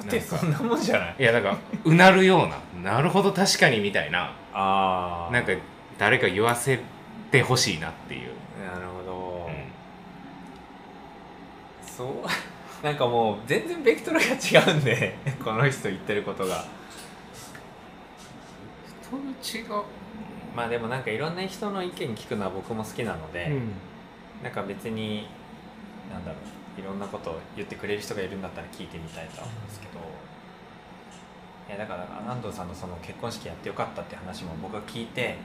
Speaker 2: だってそんなもんじゃない
Speaker 1: いやだからうなるような なるほど確かにみたいな
Speaker 2: あ
Speaker 1: なんか誰か言わせてほしいなっていう、
Speaker 2: なるほ
Speaker 1: う
Speaker 2: ど、
Speaker 1: ん
Speaker 2: そう なんかもう全然ベクトルが違うんで この人言ってることが
Speaker 1: 人と違う
Speaker 2: まあでもなんかいろんな人の意見聞くのは僕も好きなので、
Speaker 3: うん。
Speaker 2: なんか別になんだろういろんなことを言ってくれる人がいるんだったら聞いてみたいとは思うんですけど、いやだから安藤さんのその結婚式やってよかったって話も僕が聞いて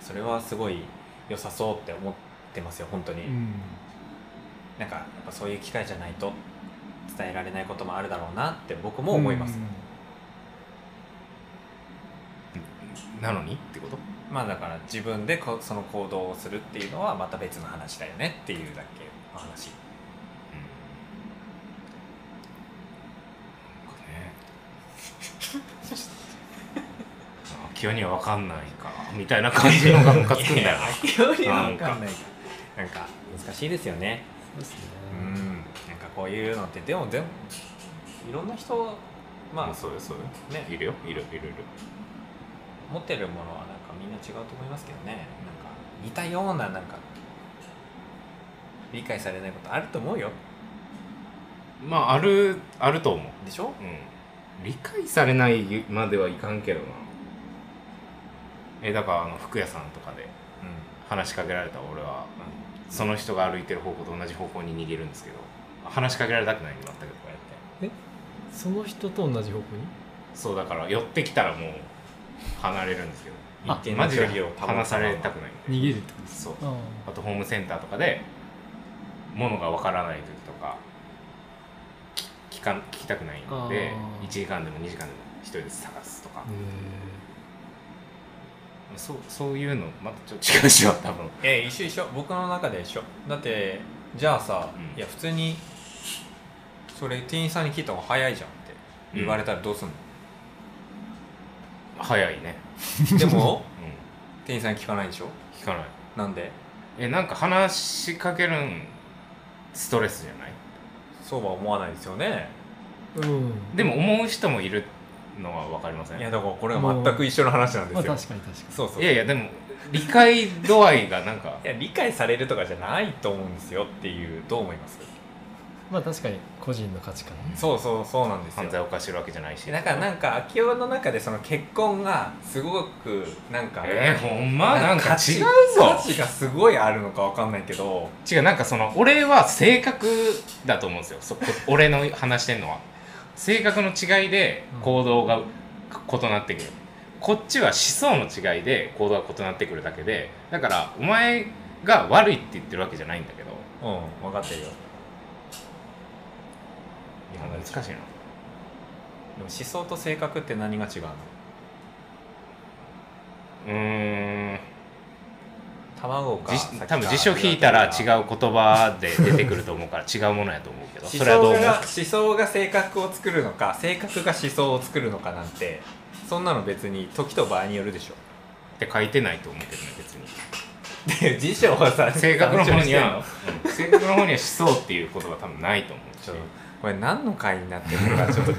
Speaker 2: それはすごい良さそうって思ってますよ本当に、
Speaker 3: うん。
Speaker 2: なんかやっぱそういう機会じゃないと伝えられないこともあるだろうなって僕も思います、
Speaker 1: なのにってこと
Speaker 2: まあだから自分でこその行動をするっていうのはまた別の話だよねっていうだけの話
Speaker 1: なんかねあ清には分かんないかみたいな感じのがムカつくんだよな
Speaker 2: より
Speaker 1: は
Speaker 2: わ
Speaker 1: わか
Speaker 2: か
Speaker 1: ん
Speaker 2: ん
Speaker 1: な
Speaker 2: ないなんか難しいですよね
Speaker 3: そうです
Speaker 2: う
Speaker 3: ね。
Speaker 2: んなんかこういうのってでもでもいろんな人
Speaker 1: ま
Speaker 2: ま
Speaker 1: あ
Speaker 2: あ
Speaker 1: そうよそうよ、
Speaker 2: ね
Speaker 1: いるよいるいるいる
Speaker 2: 持ってるものはなんかみんな違うと思いますけどねなんか似たようななんか理解されないことあると思うよ
Speaker 1: まああるあると思う、
Speaker 2: でしょ
Speaker 1: うん、理解されないまではいかんけどなえだからあの服屋さんとかで
Speaker 2: う
Speaker 1: 話しかけられたら俺はその人が歩いてる方向と同じ方向に逃げるんですけど話しかけられたくないんだったけどこうやって
Speaker 3: その人と同じ方向に。
Speaker 1: そうだから寄ってきたらもう離れるんですけど
Speaker 2: あ
Speaker 1: 一定の距離を離されたくないんで
Speaker 3: 逃げるってことです
Speaker 1: そう
Speaker 3: あ
Speaker 1: あとホームセンターとかで物がわからない時とかき聞かん聞きたくないので
Speaker 3: あ
Speaker 1: 1
Speaker 3: ー
Speaker 1: 時間でも2時間でも一人で探すとか
Speaker 3: あ。え
Speaker 1: そうそういうのまたちょっと違うしは多分
Speaker 2: え一緒一緒僕の中で一緒だってじゃあさ、
Speaker 1: うん
Speaker 2: いや普通にそれ店員さんに聞いた方が早いじゃんって言われたらどう すんの、
Speaker 1: 早いね、
Speaker 2: でも
Speaker 1: う
Speaker 2: 店員さんに聞かないでしょ
Speaker 1: ん、聞かない
Speaker 2: なんで
Speaker 1: えなんか話しかけるんストレスじゃない
Speaker 2: そうは思わないですよね
Speaker 3: ーうん。
Speaker 1: でも思う人もいるのは分かりません
Speaker 2: いやだからこれは全く一緒の話なんです
Speaker 3: まあ
Speaker 2: よ、
Speaker 3: 確かに確かに
Speaker 2: そうそう
Speaker 1: いやいやでも理解度合いがなんか
Speaker 2: いや理解されるとかじゃないと思うんですよっていうどう思います
Speaker 3: まあ確かに個人の価値観ね
Speaker 2: そうそうそうなんです
Speaker 1: 犯罪を
Speaker 2: よ
Speaker 1: 犯してるわけじゃないし
Speaker 2: だからなんか秋夫の中でその結婚がすごくなんか、
Speaker 1: えー、ほんまなんか
Speaker 2: 価値
Speaker 1: 違うぞ
Speaker 2: 価値がすごいあるのかわかんないけど
Speaker 1: 違うなんかその俺は性格だと思うんですよそこ俺の話してんのは性格の違いで行動が異なってくる、こっちは思想の違いで行動が異なってくるだけでだからお前が悪いって言ってるわけじゃないんだけど
Speaker 2: うん分かってるよ
Speaker 1: いや難しいな
Speaker 2: でも思想と性格って何が違うの
Speaker 1: うーん
Speaker 2: 卵か
Speaker 1: じ
Speaker 2: 先か
Speaker 1: 多分辞書引いたら違う言葉で出てくると思うから違うものやと思うけどそれはどう
Speaker 2: 思
Speaker 1: 思う
Speaker 2: 想が思想が性格を作るのか性格が思想を作るのかなんてそんなの別に時と場合によるでしょ
Speaker 1: って書いてないと思うけどね別 に
Speaker 2: で辞書はさ
Speaker 1: 性格の方に
Speaker 2: 参
Speaker 1: は
Speaker 2: 照してんの、
Speaker 1: うん性格の方には思想っていう言葉多分ないと思うし
Speaker 2: ちょっとこれ何の会になってるのかちょっと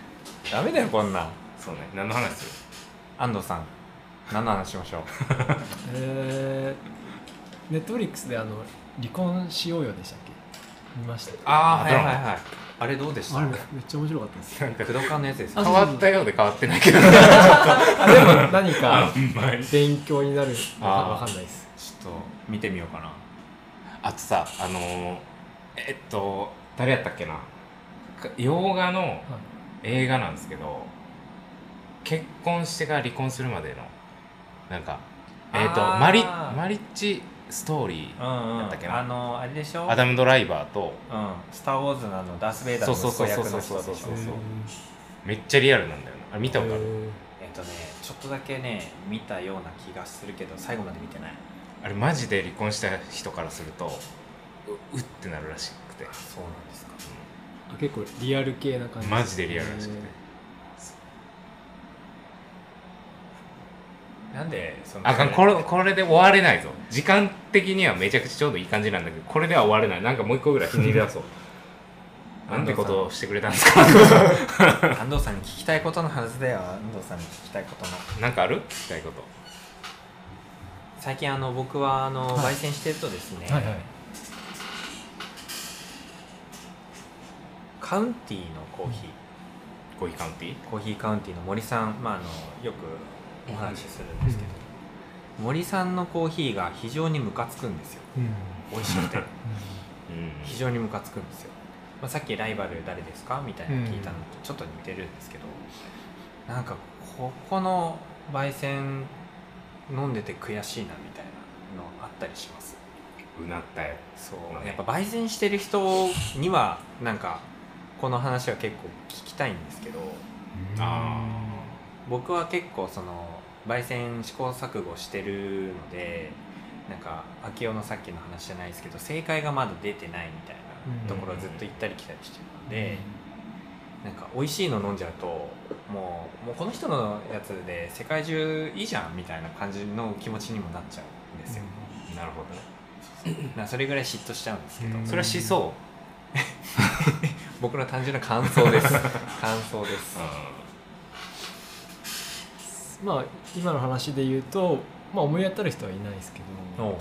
Speaker 2: ダメだよこんなん
Speaker 1: そうね何の話する
Speaker 2: 安藤さん何の話しましょう
Speaker 3: えー、ネットフリックスであの「離婚しようよ」でしたっけ見ました
Speaker 1: ー
Speaker 2: あはいはいはいあれどうでした
Speaker 3: あれめっちゃ面白かったです
Speaker 1: なんか
Speaker 2: 工藤館のやつです
Speaker 3: あ
Speaker 2: か
Speaker 1: 変わったようで変わってないけど
Speaker 3: あでも何か
Speaker 1: ん まり
Speaker 3: 勉強になるのか
Speaker 1: あー
Speaker 3: わかんないです
Speaker 2: ちょっと見てみようかな
Speaker 1: あとさあのーえっと誰やったっけなか洋画の
Speaker 3: はい
Speaker 1: 映画なんですけど結婚してから離婚するまでのなんかえっと
Speaker 2: あー
Speaker 1: マリマリッジストーリー
Speaker 2: うん
Speaker 1: やったっけな
Speaker 2: あのあれでしょ
Speaker 1: アダム・ドライバーと
Speaker 2: うん「スター・ウォーズ」のあのダース・ベイダーの息子役の人
Speaker 1: そうそう
Speaker 2: で
Speaker 1: そう
Speaker 2: し
Speaker 1: そ
Speaker 2: ょ
Speaker 1: うそうめっちゃリアルなんだよなあれ見たことある、
Speaker 2: えっとねちょっとだけね見たような気がするけど最後まで見てない
Speaker 1: あれマジで離婚した人からするとううってなるらしくて
Speaker 2: そうなんですか
Speaker 3: あ結構リアル系な感じ
Speaker 1: マジでリアルらしくて
Speaker 2: なんでその
Speaker 1: あかんこれこれで終われないぞ時間的にはめちゃくちゃちょうどいい感じなんだけどこれでは終われないなんかもう一個ぐらいひねり出そうなんてことをしてくれたんですか
Speaker 2: 安藤さんに聞きたいことのはずだよ安藤さんに聞きたいことの
Speaker 1: なんかある聞きたいこと
Speaker 2: 最近あの僕はあの
Speaker 3: はい
Speaker 2: 焙煎してるとですね、
Speaker 3: はいはい
Speaker 2: カウンティーのコーヒー、
Speaker 1: コーヒーカウンティー
Speaker 2: コーヒーカウンティーの森さん、まあ、あのよくお話しするんですけど、森さんのコーヒーが非常にムカつくんですよ
Speaker 3: うん
Speaker 2: 美味しくて
Speaker 1: うん
Speaker 2: 非常にムカつくんですよ、まあ、さっきライバル誰ですかみたいなの聞いたのとちょっと似てるんですけど、なんかここの焙煎飲んでて悔しいなみたいなのあったりします
Speaker 1: うなったよ
Speaker 2: そうやっぱ焙煎してる人にはなんかこの話は結構聞きたいんですけど
Speaker 1: あ
Speaker 2: 僕は結構その焙煎試行錯誤してるのでなんか秋夫のさっきの話じゃないですけど正解がまだ出てないみたいなところをずっと行ったり来たりしてるので、なんか美味しいの飲んじゃうともうもうこの人のやつで世界中いいじゃんみたいな感じの気持ちにもなっちゃうんですよ、
Speaker 1: ーなるほどね
Speaker 2: なそれぐらい嫉妬しちゃうんですけど、
Speaker 3: うん
Speaker 1: それは思想
Speaker 2: 僕の単純な感想です感想です、
Speaker 3: まあ今の話で言うと、まあ、思い当たる人はいないですけど、
Speaker 2: おう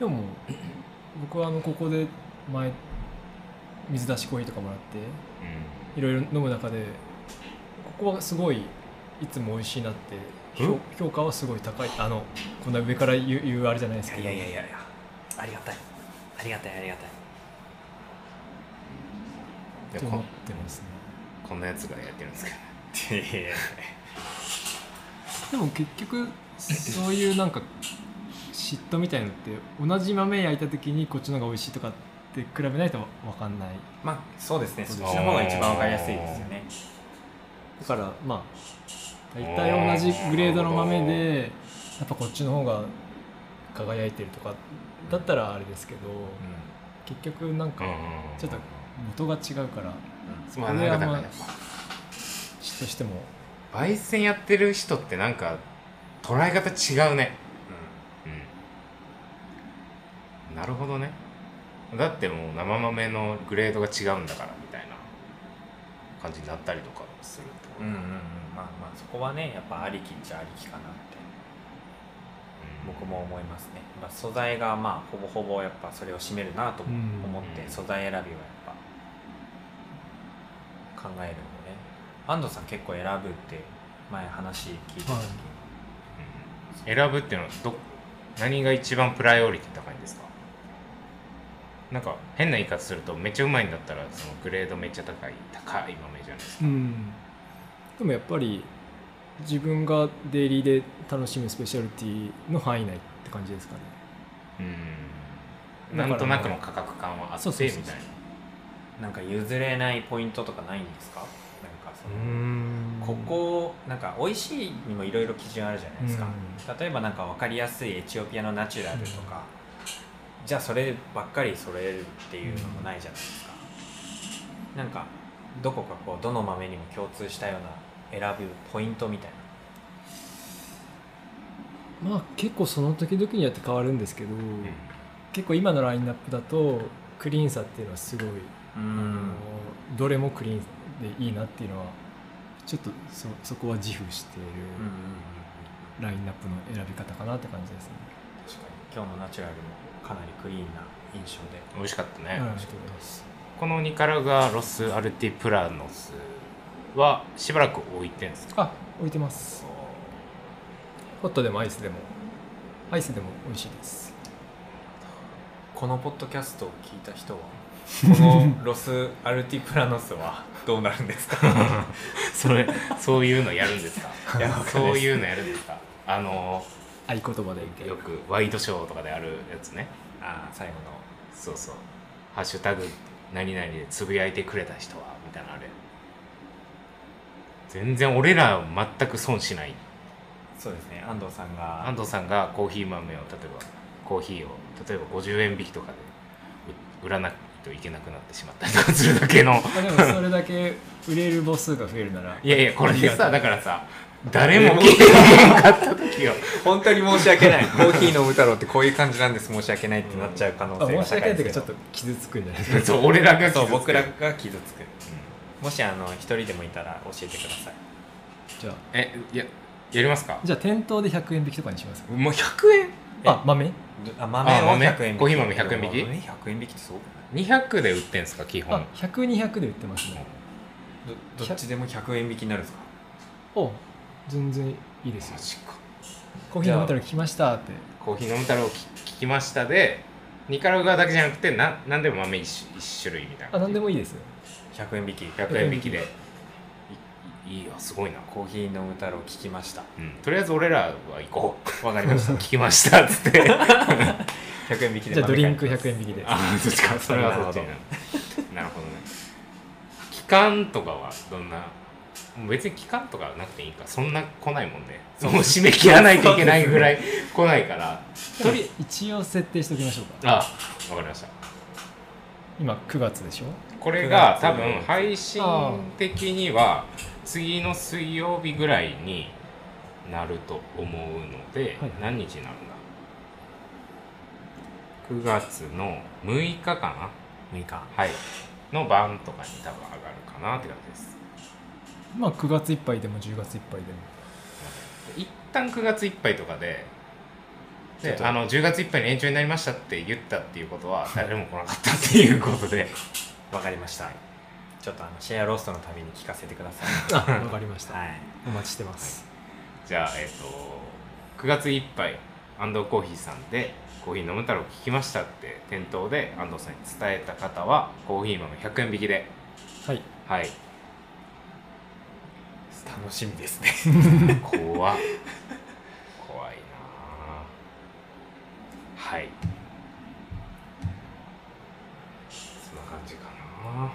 Speaker 3: でも僕はあのここで前水出しコーヒーとかもらっ
Speaker 1: うん
Speaker 3: ていろいろ飲む中でここはすごいいつも美味しいなって評
Speaker 1: ん
Speaker 3: 評価はすごい高いあのこんな上から言う言うあれじゃないですけど
Speaker 2: いやいやいやいやありがたいありがたいありがたい
Speaker 1: で
Speaker 3: と
Speaker 1: こ
Speaker 3: 思ってますね
Speaker 1: こんなやつがやってるんですけ ど
Speaker 2: いやいやいや
Speaker 3: でも 結局そういうなんか嫉妬みたいのって同じ豆焼いた時にこっちの方が美味しいとかって比べないと分かんない
Speaker 2: まあそうですねそ
Speaker 3: そ
Speaker 2: っ
Speaker 3: う
Speaker 2: ち
Speaker 3: です
Speaker 2: の方が一番わかりやすいですよね
Speaker 3: だからまあ大体同じグレードの豆でやっぱこっちの方が輝いてるとかだったらあれですけど結局なんかちょっと元が違うからそこ
Speaker 1: まあ
Speaker 3: で
Speaker 1: なんか
Speaker 3: あ
Speaker 1: だから
Speaker 3: んま
Speaker 1: やっ
Speaker 3: 嫉妬しても
Speaker 1: ぱ焙煎やってる人ってなんか捉え方違うねうんなるほどねだってもう生豆のグレードが違うんだからみたいな感じになったりとかするってこと
Speaker 2: うんうんうんまあまあそこはねやっぱありきっちゃありきかなって僕も思いますね、まあ、素材がまあほぼほぼやっぱそれを占めるなとも
Speaker 3: うん
Speaker 2: 思って、
Speaker 1: うん
Speaker 2: 素材選びはやっぱ考えるのね安藤さん結構選ぶって前話聞いた時に、
Speaker 3: はい
Speaker 1: うん選ぶっていうのはど何が一番プライオリティ高いんですかなんか変な言い方するとめっちゃうまいんだったらそのグレードめっちゃ高い高い豆じゃないですか
Speaker 3: うん、でもやっぱり自分がデイリーで楽しむスペシャルティの範囲内って感じですかね
Speaker 1: うん
Speaker 3: だから
Speaker 1: なんとなくの価格感はあって
Speaker 3: そう
Speaker 1: み
Speaker 3: そ
Speaker 1: た
Speaker 3: う
Speaker 1: い
Speaker 3: そう
Speaker 1: な
Speaker 2: なんか譲れないポイントとかないんですかなんかその、
Speaker 3: ん
Speaker 2: ここなんか美味しいにもいろいろ基準あるじゃないですか、
Speaker 3: うん
Speaker 2: 例えばなんか分かりやすいエチオピアのナチュラルとか、じゃあそればっかり揃えるっていうのもないじゃないですか、なんかどこかこうどの豆にも共通したような選ぶポイントみたい
Speaker 3: まあ結構その時々によって変わるんですけど、結構今のラインナップだとクリーンさっていうのはすごい、
Speaker 2: なう
Speaker 3: あのどれもクリーンでいいなっていうのはちょっとそそこは自負してい
Speaker 2: うんうんうん
Speaker 3: るラインナップの選び方かなって感じですね。
Speaker 2: 確かに今日のナチュラルもかなりクリーンな印象で
Speaker 1: 美味しかったね、
Speaker 3: うん
Speaker 1: このニカラグアロスアルティプラノスはしばらく置いてんですか
Speaker 3: あ置いてますホットでもアイスでもアイスでも美味しいです
Speaker 2: このポッドキャストを聞いた 人はこのロスアルティプラノスはどうなるんですか
Speaker 1: それそういうのやるんですか
Speaker 2: いやわかんないです
Speaker 1: そういうのやるんですかあの
Speaker 3: 合言葉で
Speaker 1: よくワイドショーとかであるやつね
Speaker 2: ああ最後の
Speaker 1: そうそう「ハッシュタグ何々でつぶやいてくれた人は」みたいなのあれ全然俺らは全く損しない
Speaker 2: そうですね安藤さんが
Speaker 1: 安藤さんがコーヒー豆を例えばコーヒーを例えば50円引きとかでう売らないといけなくなってしまったりとかするだけの
Speaker 3: まあ、でもそれだけ売れる母数が増えるなら
Speaker 1: いやいやこれでさだからさ誰も
Speaker 2: も
Speaker 1: 聞いてなかった時よ
Speaker 2: 本当に申し 訳ないコーヒー飲む太郎ってこういう感じなんです申し訳ないってなっちゃう可能
Speaker 3: あ
Speaker 2: 性
Speaker 3: 申
Speaker 2: が
Speaker 3: し訳
Speaker 2: 高
Speaker 3: ないいと
Speaker 2: で
Speaker 3: いう
Speaker 2: す
Speaker 3: かちょ
Speaker 2: けど
Speaker 3: っと傷つくんじゃないです か
Speaker 1: そう俺らが傷つ
Speaker 2: そ
Speaker 1: く
Speaker 2: う僕らが傷つくもしあの一人でもいたら教えてください
Speaker 3: じゃあ
Speaker 1: えいややりますか
Speaker 3: じゃあ店頭で100円引きとかにしますか
Speaker 1: もう100円
Speaker 3: あ豆
Speaker 2: あ豆
Speaker 1: あ
Speaker 2: を
Speaker 1: 豆
Speaker 2: 100円引き
Speaker 1: コーヒー豆100円引き
Speaker 2: でも豆100円引きってすごくない
Speaker 1: 200で売ってんすか基本
Speaker 3: あ100200で売ってますね
Speaker 2: どどっちでも100円引きになるんですか
Speaker 3: お全然いいですよ
Speaker 1: ジか
Speaker 3: コーヒー飲めたら来ましたって
Speaker 1: コーヒー飲む太郎聞聞きましたでニカラグアだけじゃなくてな何でも豆一種一種類みたいな
Speaker 3: あ何でもいいです
Speaker 2: 100円引き
Speaker 1: 100円引きでいいいいよすごいな、
Speaker 2: コーヒー飲む太郎聞きました
Speaker 1: うん、とりあえず俺らは行こう
Speaker 2: わかりました
Speaker 1: 聞きましたっつって
Speaker 2: 100円引きで
Speaker 3: じゃあドリンク
Speaker 2: 豆買います
Speaker 3: 100円引きで
Speaker 1: あそっちか それはそっちになるなるほどね期間とかはどんなもう別に期間とかはなくていいかそんな来ないもんねその締め切らないといけないぐら い来ないから
Speaker 3: とり一応設定しておきましょうか
Speaker 1: あわかりました
Speaker 3: 今9月でしょ
Speaker 1: これが
Speaker 2: 9月
Speaker 1: 多分配信的には次の水曜日ぐらいになると思うので、
Speaker 3: はい
Speaker 1: 何日になるんだ9月の6日かな
Speaker 2: 6日
Speaker 1: はいの晩とかに多分上がるかなって感じです
Speaker 3: まあ9月いっぱいでも10月いっぱいでも
Speaker 1: 一旦9月いっぱいとかで
Speaker 2: ちょっ
Speaker 1: で
Speaker 2: と
Speaker 1: あの10月いっぱいに延長になりましたって言ったっていうことは誰も来なかったっていうことで
Speaker 2: わかりましたちょっとあのシェアローストの旅に聞かせてください
Speaker 3: あわかり ました
Speaker 2: はい
Speaker 3: お待ちしてます
Speaker 1: じゃあ、えっ、と、9月いっぱい、安藤コーヒーさんで、コーヒー飲む太郎聞きましたって、店頭で安藤さんに伝えた方は、コーヒー豆100円引きで、
Speaker 3: はい
Speaker 1: はい、
Speaker 2: 楽しみですね
Speaker 1: 怖っ怖いなあはい。そんな感じかな。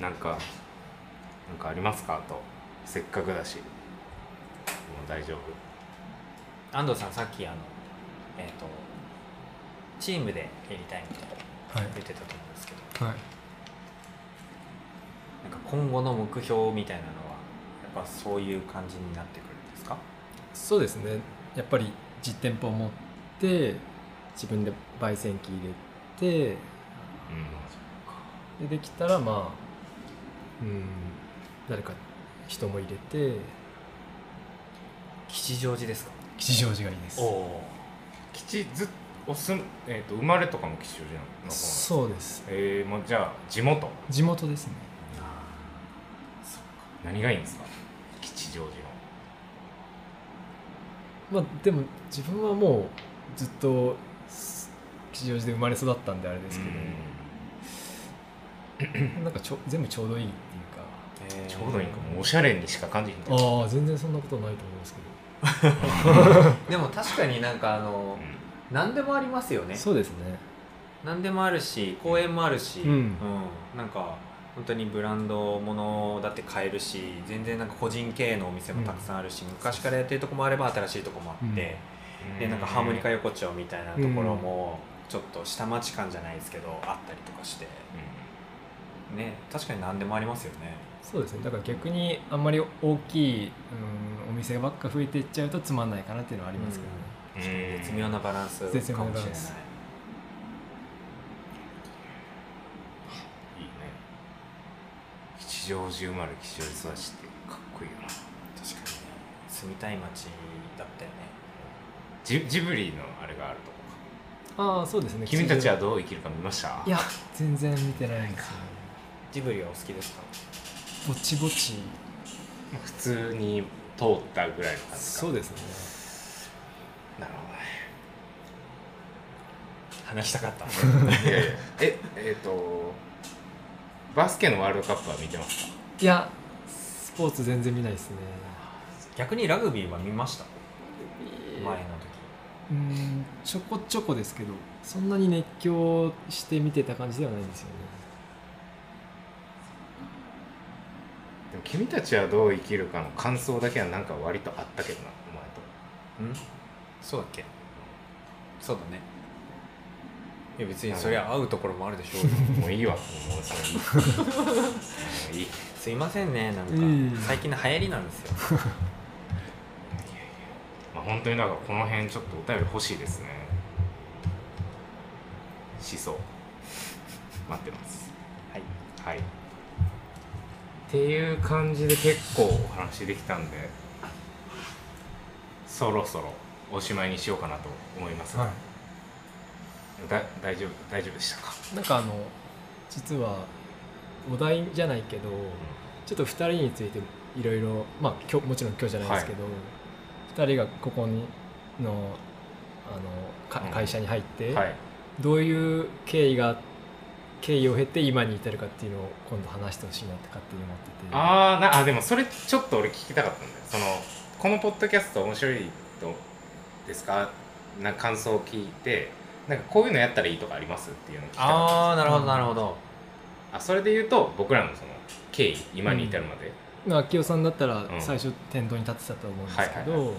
Speaker 1: なんか、なんかありますかあと、せっかくだし、もう大丈夫。
Speaker 2: 安藤さんさっきあのえっ、とチームでやりたいみたいな
Speaker 3: はい
Speaker 2: 言ってたと思うんですけど
Speaker 3: はい
Speaker 2: なんか今後の目標みたいなのはやっぱそういう感じになってくるんですか
Speaker 3: そうですねやっぱり実店舗を持って自分で焙煎機入れ
Speaker 1: う
Speaker 3: て
Speaker 1: ん
Speaker 3: でできたらまあうん、誰か人も入れて
Speaker 2: 吉祥寺ですか
Speaker 3: 吉祥寺がいいです
Speaker 2: お
Speaker 1: 吉ずおすん、えー、と生まれとかも吉祥寺なのかな
Speaker 3: そうです
Speaker 1: えー、もうじゃあ地元
Speaker 3: 地元ですね
Speaker 1: 何がいいんですか吉祥寺の
Speaker 3: まあでも自分はもうずっと吉祥寺で生まれ育ったんであれですけどなんかちょ全部ちょうどいいっていうか
Speaker 1: うんちょうどいいんかもうおしゃれにしか感じひんか
Speaker 3: ああ全然そんなことないと思いますけど
Speaker 2: でも確かになんかあの何でもありますよね
Speaker 3: そうですね
Speaker 2: 何でもあるし公園もあるし、
Speaker 3: うん
Speaker 2: うんなんか本当にブランドものだって買えるし全然なんか個人経営のお店もたくさんあるし、昔からやってるとこもあれば新しいとこもあって、でなんかハーモニカ横丁みたいなところもちょっと下町感じゃないですけどあったりとかしてね確かに何でもありますよね
Speaker 3: そうですねだから逆にあんまり大きい、うん、お店ばっか増えていっちゃうとつまんないかなっていうのはありますけどね、
Speaker 2: 絶妙なバランスかもし
Speaker 3: 絶
Speaker 2: れな
Speaker 3: 妙ないバランス
Speaker 1: いいね吉祥寺生まれ吉祥寺育ちってかっこいいよな
Speaker 2: 確かにね住みたい街だったよね
Speaker 1: ジジブリのあれがあるとこか
Speaker 3: ああそうですね
Speaker 1: 君たちはどう生きるか見ました
Speaker 3: いや全然見てないんですよ
Speaker 2: ジブリはお好きですか
Speaker 3: ぼちぼち
Speaker 1: 普通に通ったぐらいの感じか
Speaker 3: そうですね
Speaker 1: なるほどね
Speaker 2: 話したか った
Speaker 1: いやいやええっ、とバスケのワールドカップは見てますか
Speaker 3: いやスポーツ全然見ないですね
Speaker 2: 逆にラグビーは見ました前の
Speaker 3: うんちょこちょこですけどそんなに熱狂して見てた感じではないんですよね
Speaker 1: でも君たちはどう生きるかの感想だけはなんか割とあったけどなお前と
Speaker 2: 時んそうだっけそうだねいや別にそりゃ合うところもあるでしょ うよ
Speaker 1: もういいわもうそれ いいもういい
Speaker 2: すいませんねなん
Speaker 3: いえい
Speaker 2: か
Speaker 3: え
Speaker 2: 最近の流行りなんですよ
Speaker 1: まあ本当にだからこの辺ちょっとお便り欲しいですね思想待ってます
Speaker 2: はい
Speaker 1: はいっていう感じで結構お話できたんでそろそろおしまいにしようかなと思いますが、だ大丈夫大丈夫でしたか、
Speaker 3: いなんかあの実はお題じゃないけどちょっと2人についていろいろまあ今日もちろん今日じゃないですけど、二2人がここにのあのか
Speaker 1: うん
Speaker 3: 会社に入って、
Speaker 1: はい
Speaker 3: どういう経緯が経緯を経て今に至るかっていうのを今度話してほしいなって勝手に思ってて
Speaker 1: あーなあでもそれちょっと俺聞きたかったんだよそのこのポッドキャスト面白いとですかなんか感想を聞いてなんかこういうのやったらいいとかありますっていうのを聞きたかったん
Speaker 2: ああなるほど
Speaker 3: うん
Speaker 2: なるほど
Speaker 1: ですあそれで言うと僕らのその経緯今に至るまで、
Speaker 3: まあ秋代さんだったら
Speaker 1: うん
Speaker 3: 最初店頭に立ってたと思うんですけど、
Speaker 1: はいはい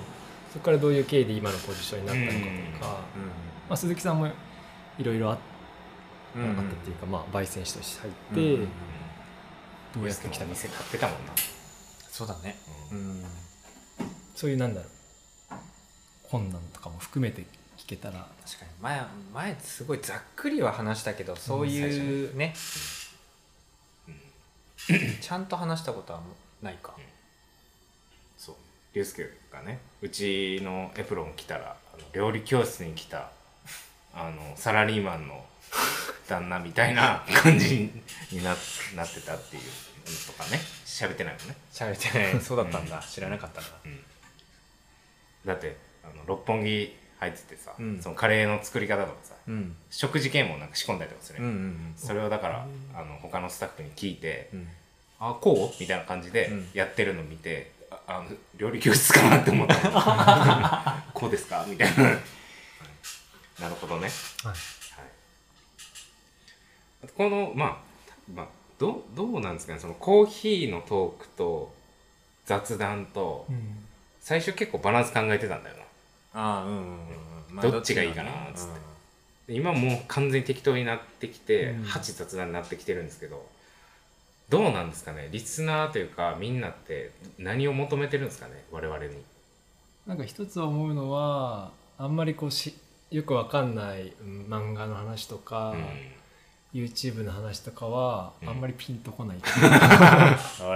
Speaker 3: そこからどういう経緯で今のポジションになったのかとか、まあ、鈴木さんもいろいろあっ
Speaker 2: う
Speaker 3: あ
Speaker 2: ん
Speaker 3: ったっていうか、まあ、焙煎師として
Speaker 2: うん
Speaker 3: 入って、
Speaker 2: うん
Speaker 3: どうやってきたのか
Speaker 1: 店買ってたもんな、
Speaker 2: そうだね
Speaker 1: う
Speaker 2: うんん
Speaker 3: そういうなんだろう困難とかも含めて聞けたら
Speaker 2: 確かに前前すごいざっくりは話したけどそういうねちゃんと話したことはないか
Speaker 1: そう龍介がねうちのエプロン着たらあの料理教室に来たあのサラリーマンの旦那みたいな感じにななってたっていうのとかね喋ってないもんね、
Speaker 2: 喋ってないそうだったん
Speaker 1: う
Speaker 2: だ
Speaker 1: ん
Speaker 2: 知らなかったんだ
Speaker 1: うん、だってあの六本木入っててさ、
Speaker 2: うん
Speaker 1: そのカレーの作り方とかさ
Speaker 2: うん
Speaker 1: 食事券もなんか仕込んだりとかする
Speaker 2: うん
Speaker 1: や、
Speaker 2: うんん
Speaker 1: それをだからあの他のスタッフに聞いて、
Speaker 2: うん
Speaker 1: あこうみたいな感じで
Speaker 2: うん
Speaker 1: やってるの見て、ああの料理教室かなって思った こうですかみたいななるほどね、はいあとこのまあ、まあ、どうどうなんですかねそのコーヒーのトークと雑談と、最初結構バランス考えてたんだよな
Speaker 2: ああうんうんうんまあ
Speaker 1: どっちがいいかな
Speaker 2: どっち
Speaker 1: つって
Speaker 2: がいい
Speaker 1: で今もう完全に適当になってきて、
Speaker 3: うん
Speaker 1: 8雑談になってきてるんですけどどうなんですかねリスナーというかみんなって何を求めてるんですかね我々に
Speaker 3: なんか一つ思うのはあんまりこうしよくわかんない、うん漫画の話とか、
Speaker 1: うん
Speaker 3: YouTube の話とかはあんまりピンとこない、
Speaker 2: ほ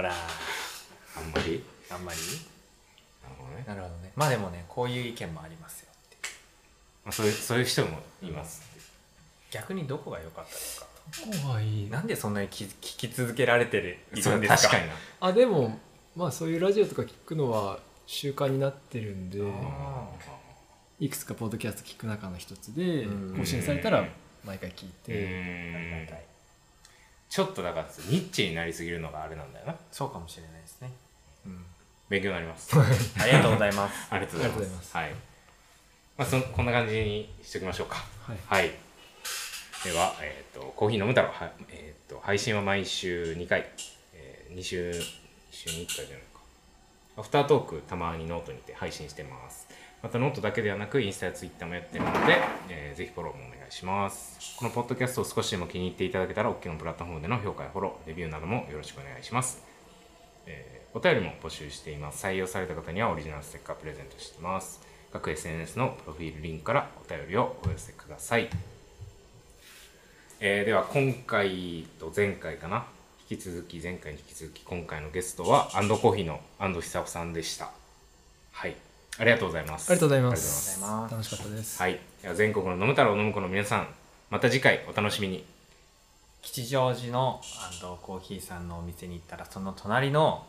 Speaker 1: あ
Speaker 2: ら
Speaker 1: んまり
Speaker 2: あんまり
Speaker 1: なるほどね、
Speaker 2: なるほどねまあでもねこういう意見もありますよっていう
Speaker 1: まあ、そういうそういう人もいますっていう
Speaker 2: 逆にどこが良かったですか
Speaker 3: 怖い
Speaker 2: なんでそんなに聞聞き続けられてるい
Speaker 1: そ
Speaker 2: る
Speaker 1: うん
Speaker 2: ですか
Speaker 1: 確かにな
Speaker 3: あでもまあそういうラジオとか聞くのは習慣になってるんで
Speaker 1: あ
Speaker 3: いくつかポッドキャスト聞く中の一つで
Speaker 2: うん
Speaker 3: 更新されたら毎回聞
Speaker 1: ー
Speaker 3: い
Speaker 1: う
Speaker 3: て
Speaker 1: ーん
Speaker 2: はい
Speaker 1: ちょっとだからニッチになりすぎるのがあれなんだよな
Speaker 2: そうかもしれないですね、うん、
Speaker 1: 勉強になります
Speaker 2: ありがとうございます
Speaker 1: ありがとうござい
Speaker 3: ありがとうご
Speaker 1: ま
Speaker 3: ざい
Speaker 1: す
Speaker 3: ます
Speaker 1: はい、まあ、そんこんな感じにしておきましょうか
Speaker 3: はい
Speaker 1: はいでは、えー、とコーヒー飲む太郎は、えー、と配信は毎週2回、え2週2週に1回じゃないかアフタートークたまにノートにて配信してますまたノートだけではなくインスタやツイッターもやってるので、えーぜひフォローもお願いしますこのポッドキャストを少しでも気に入っていただけたら OK のプラットフォームでの評価やフォローレビューなどもよろしくお願いしますえーお便りも募集しています。採用された方にはオリジナルステッカープレゼントしています。各 SNS のプロフィールリンクからお便りをお寄せください。えーでは今回と前回かな。引き続き、前回に引き続き、今回のゲストは、アンドコーヒーの安藤久夫さんでした。はい。ありがとうございます。
Speaker 3: ありがとうございま
Speaker 2: あ
Speaker 3: す
Speaker 2: りがとうございます
Speaker 3: 楽しかったです、
Speaker 1: はい。では全国の飲む太郎、飲む子の皆さん、また次回お楽しみに。
Speaker 2: 吉祥寺の安藤コーヒーさんのお店に行ったらその隣の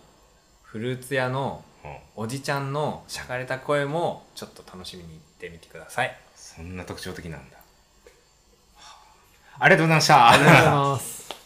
Speaker 2: フルーツ屋の
Speaker 1: うん
Speaker 2: おじちゃんのしゃがれた声もちょっと楽しみに行ってみてください
Speaker 1: そんな特徴的なんだ。はあありがとうございました。
Speaker 3: ありがとうございます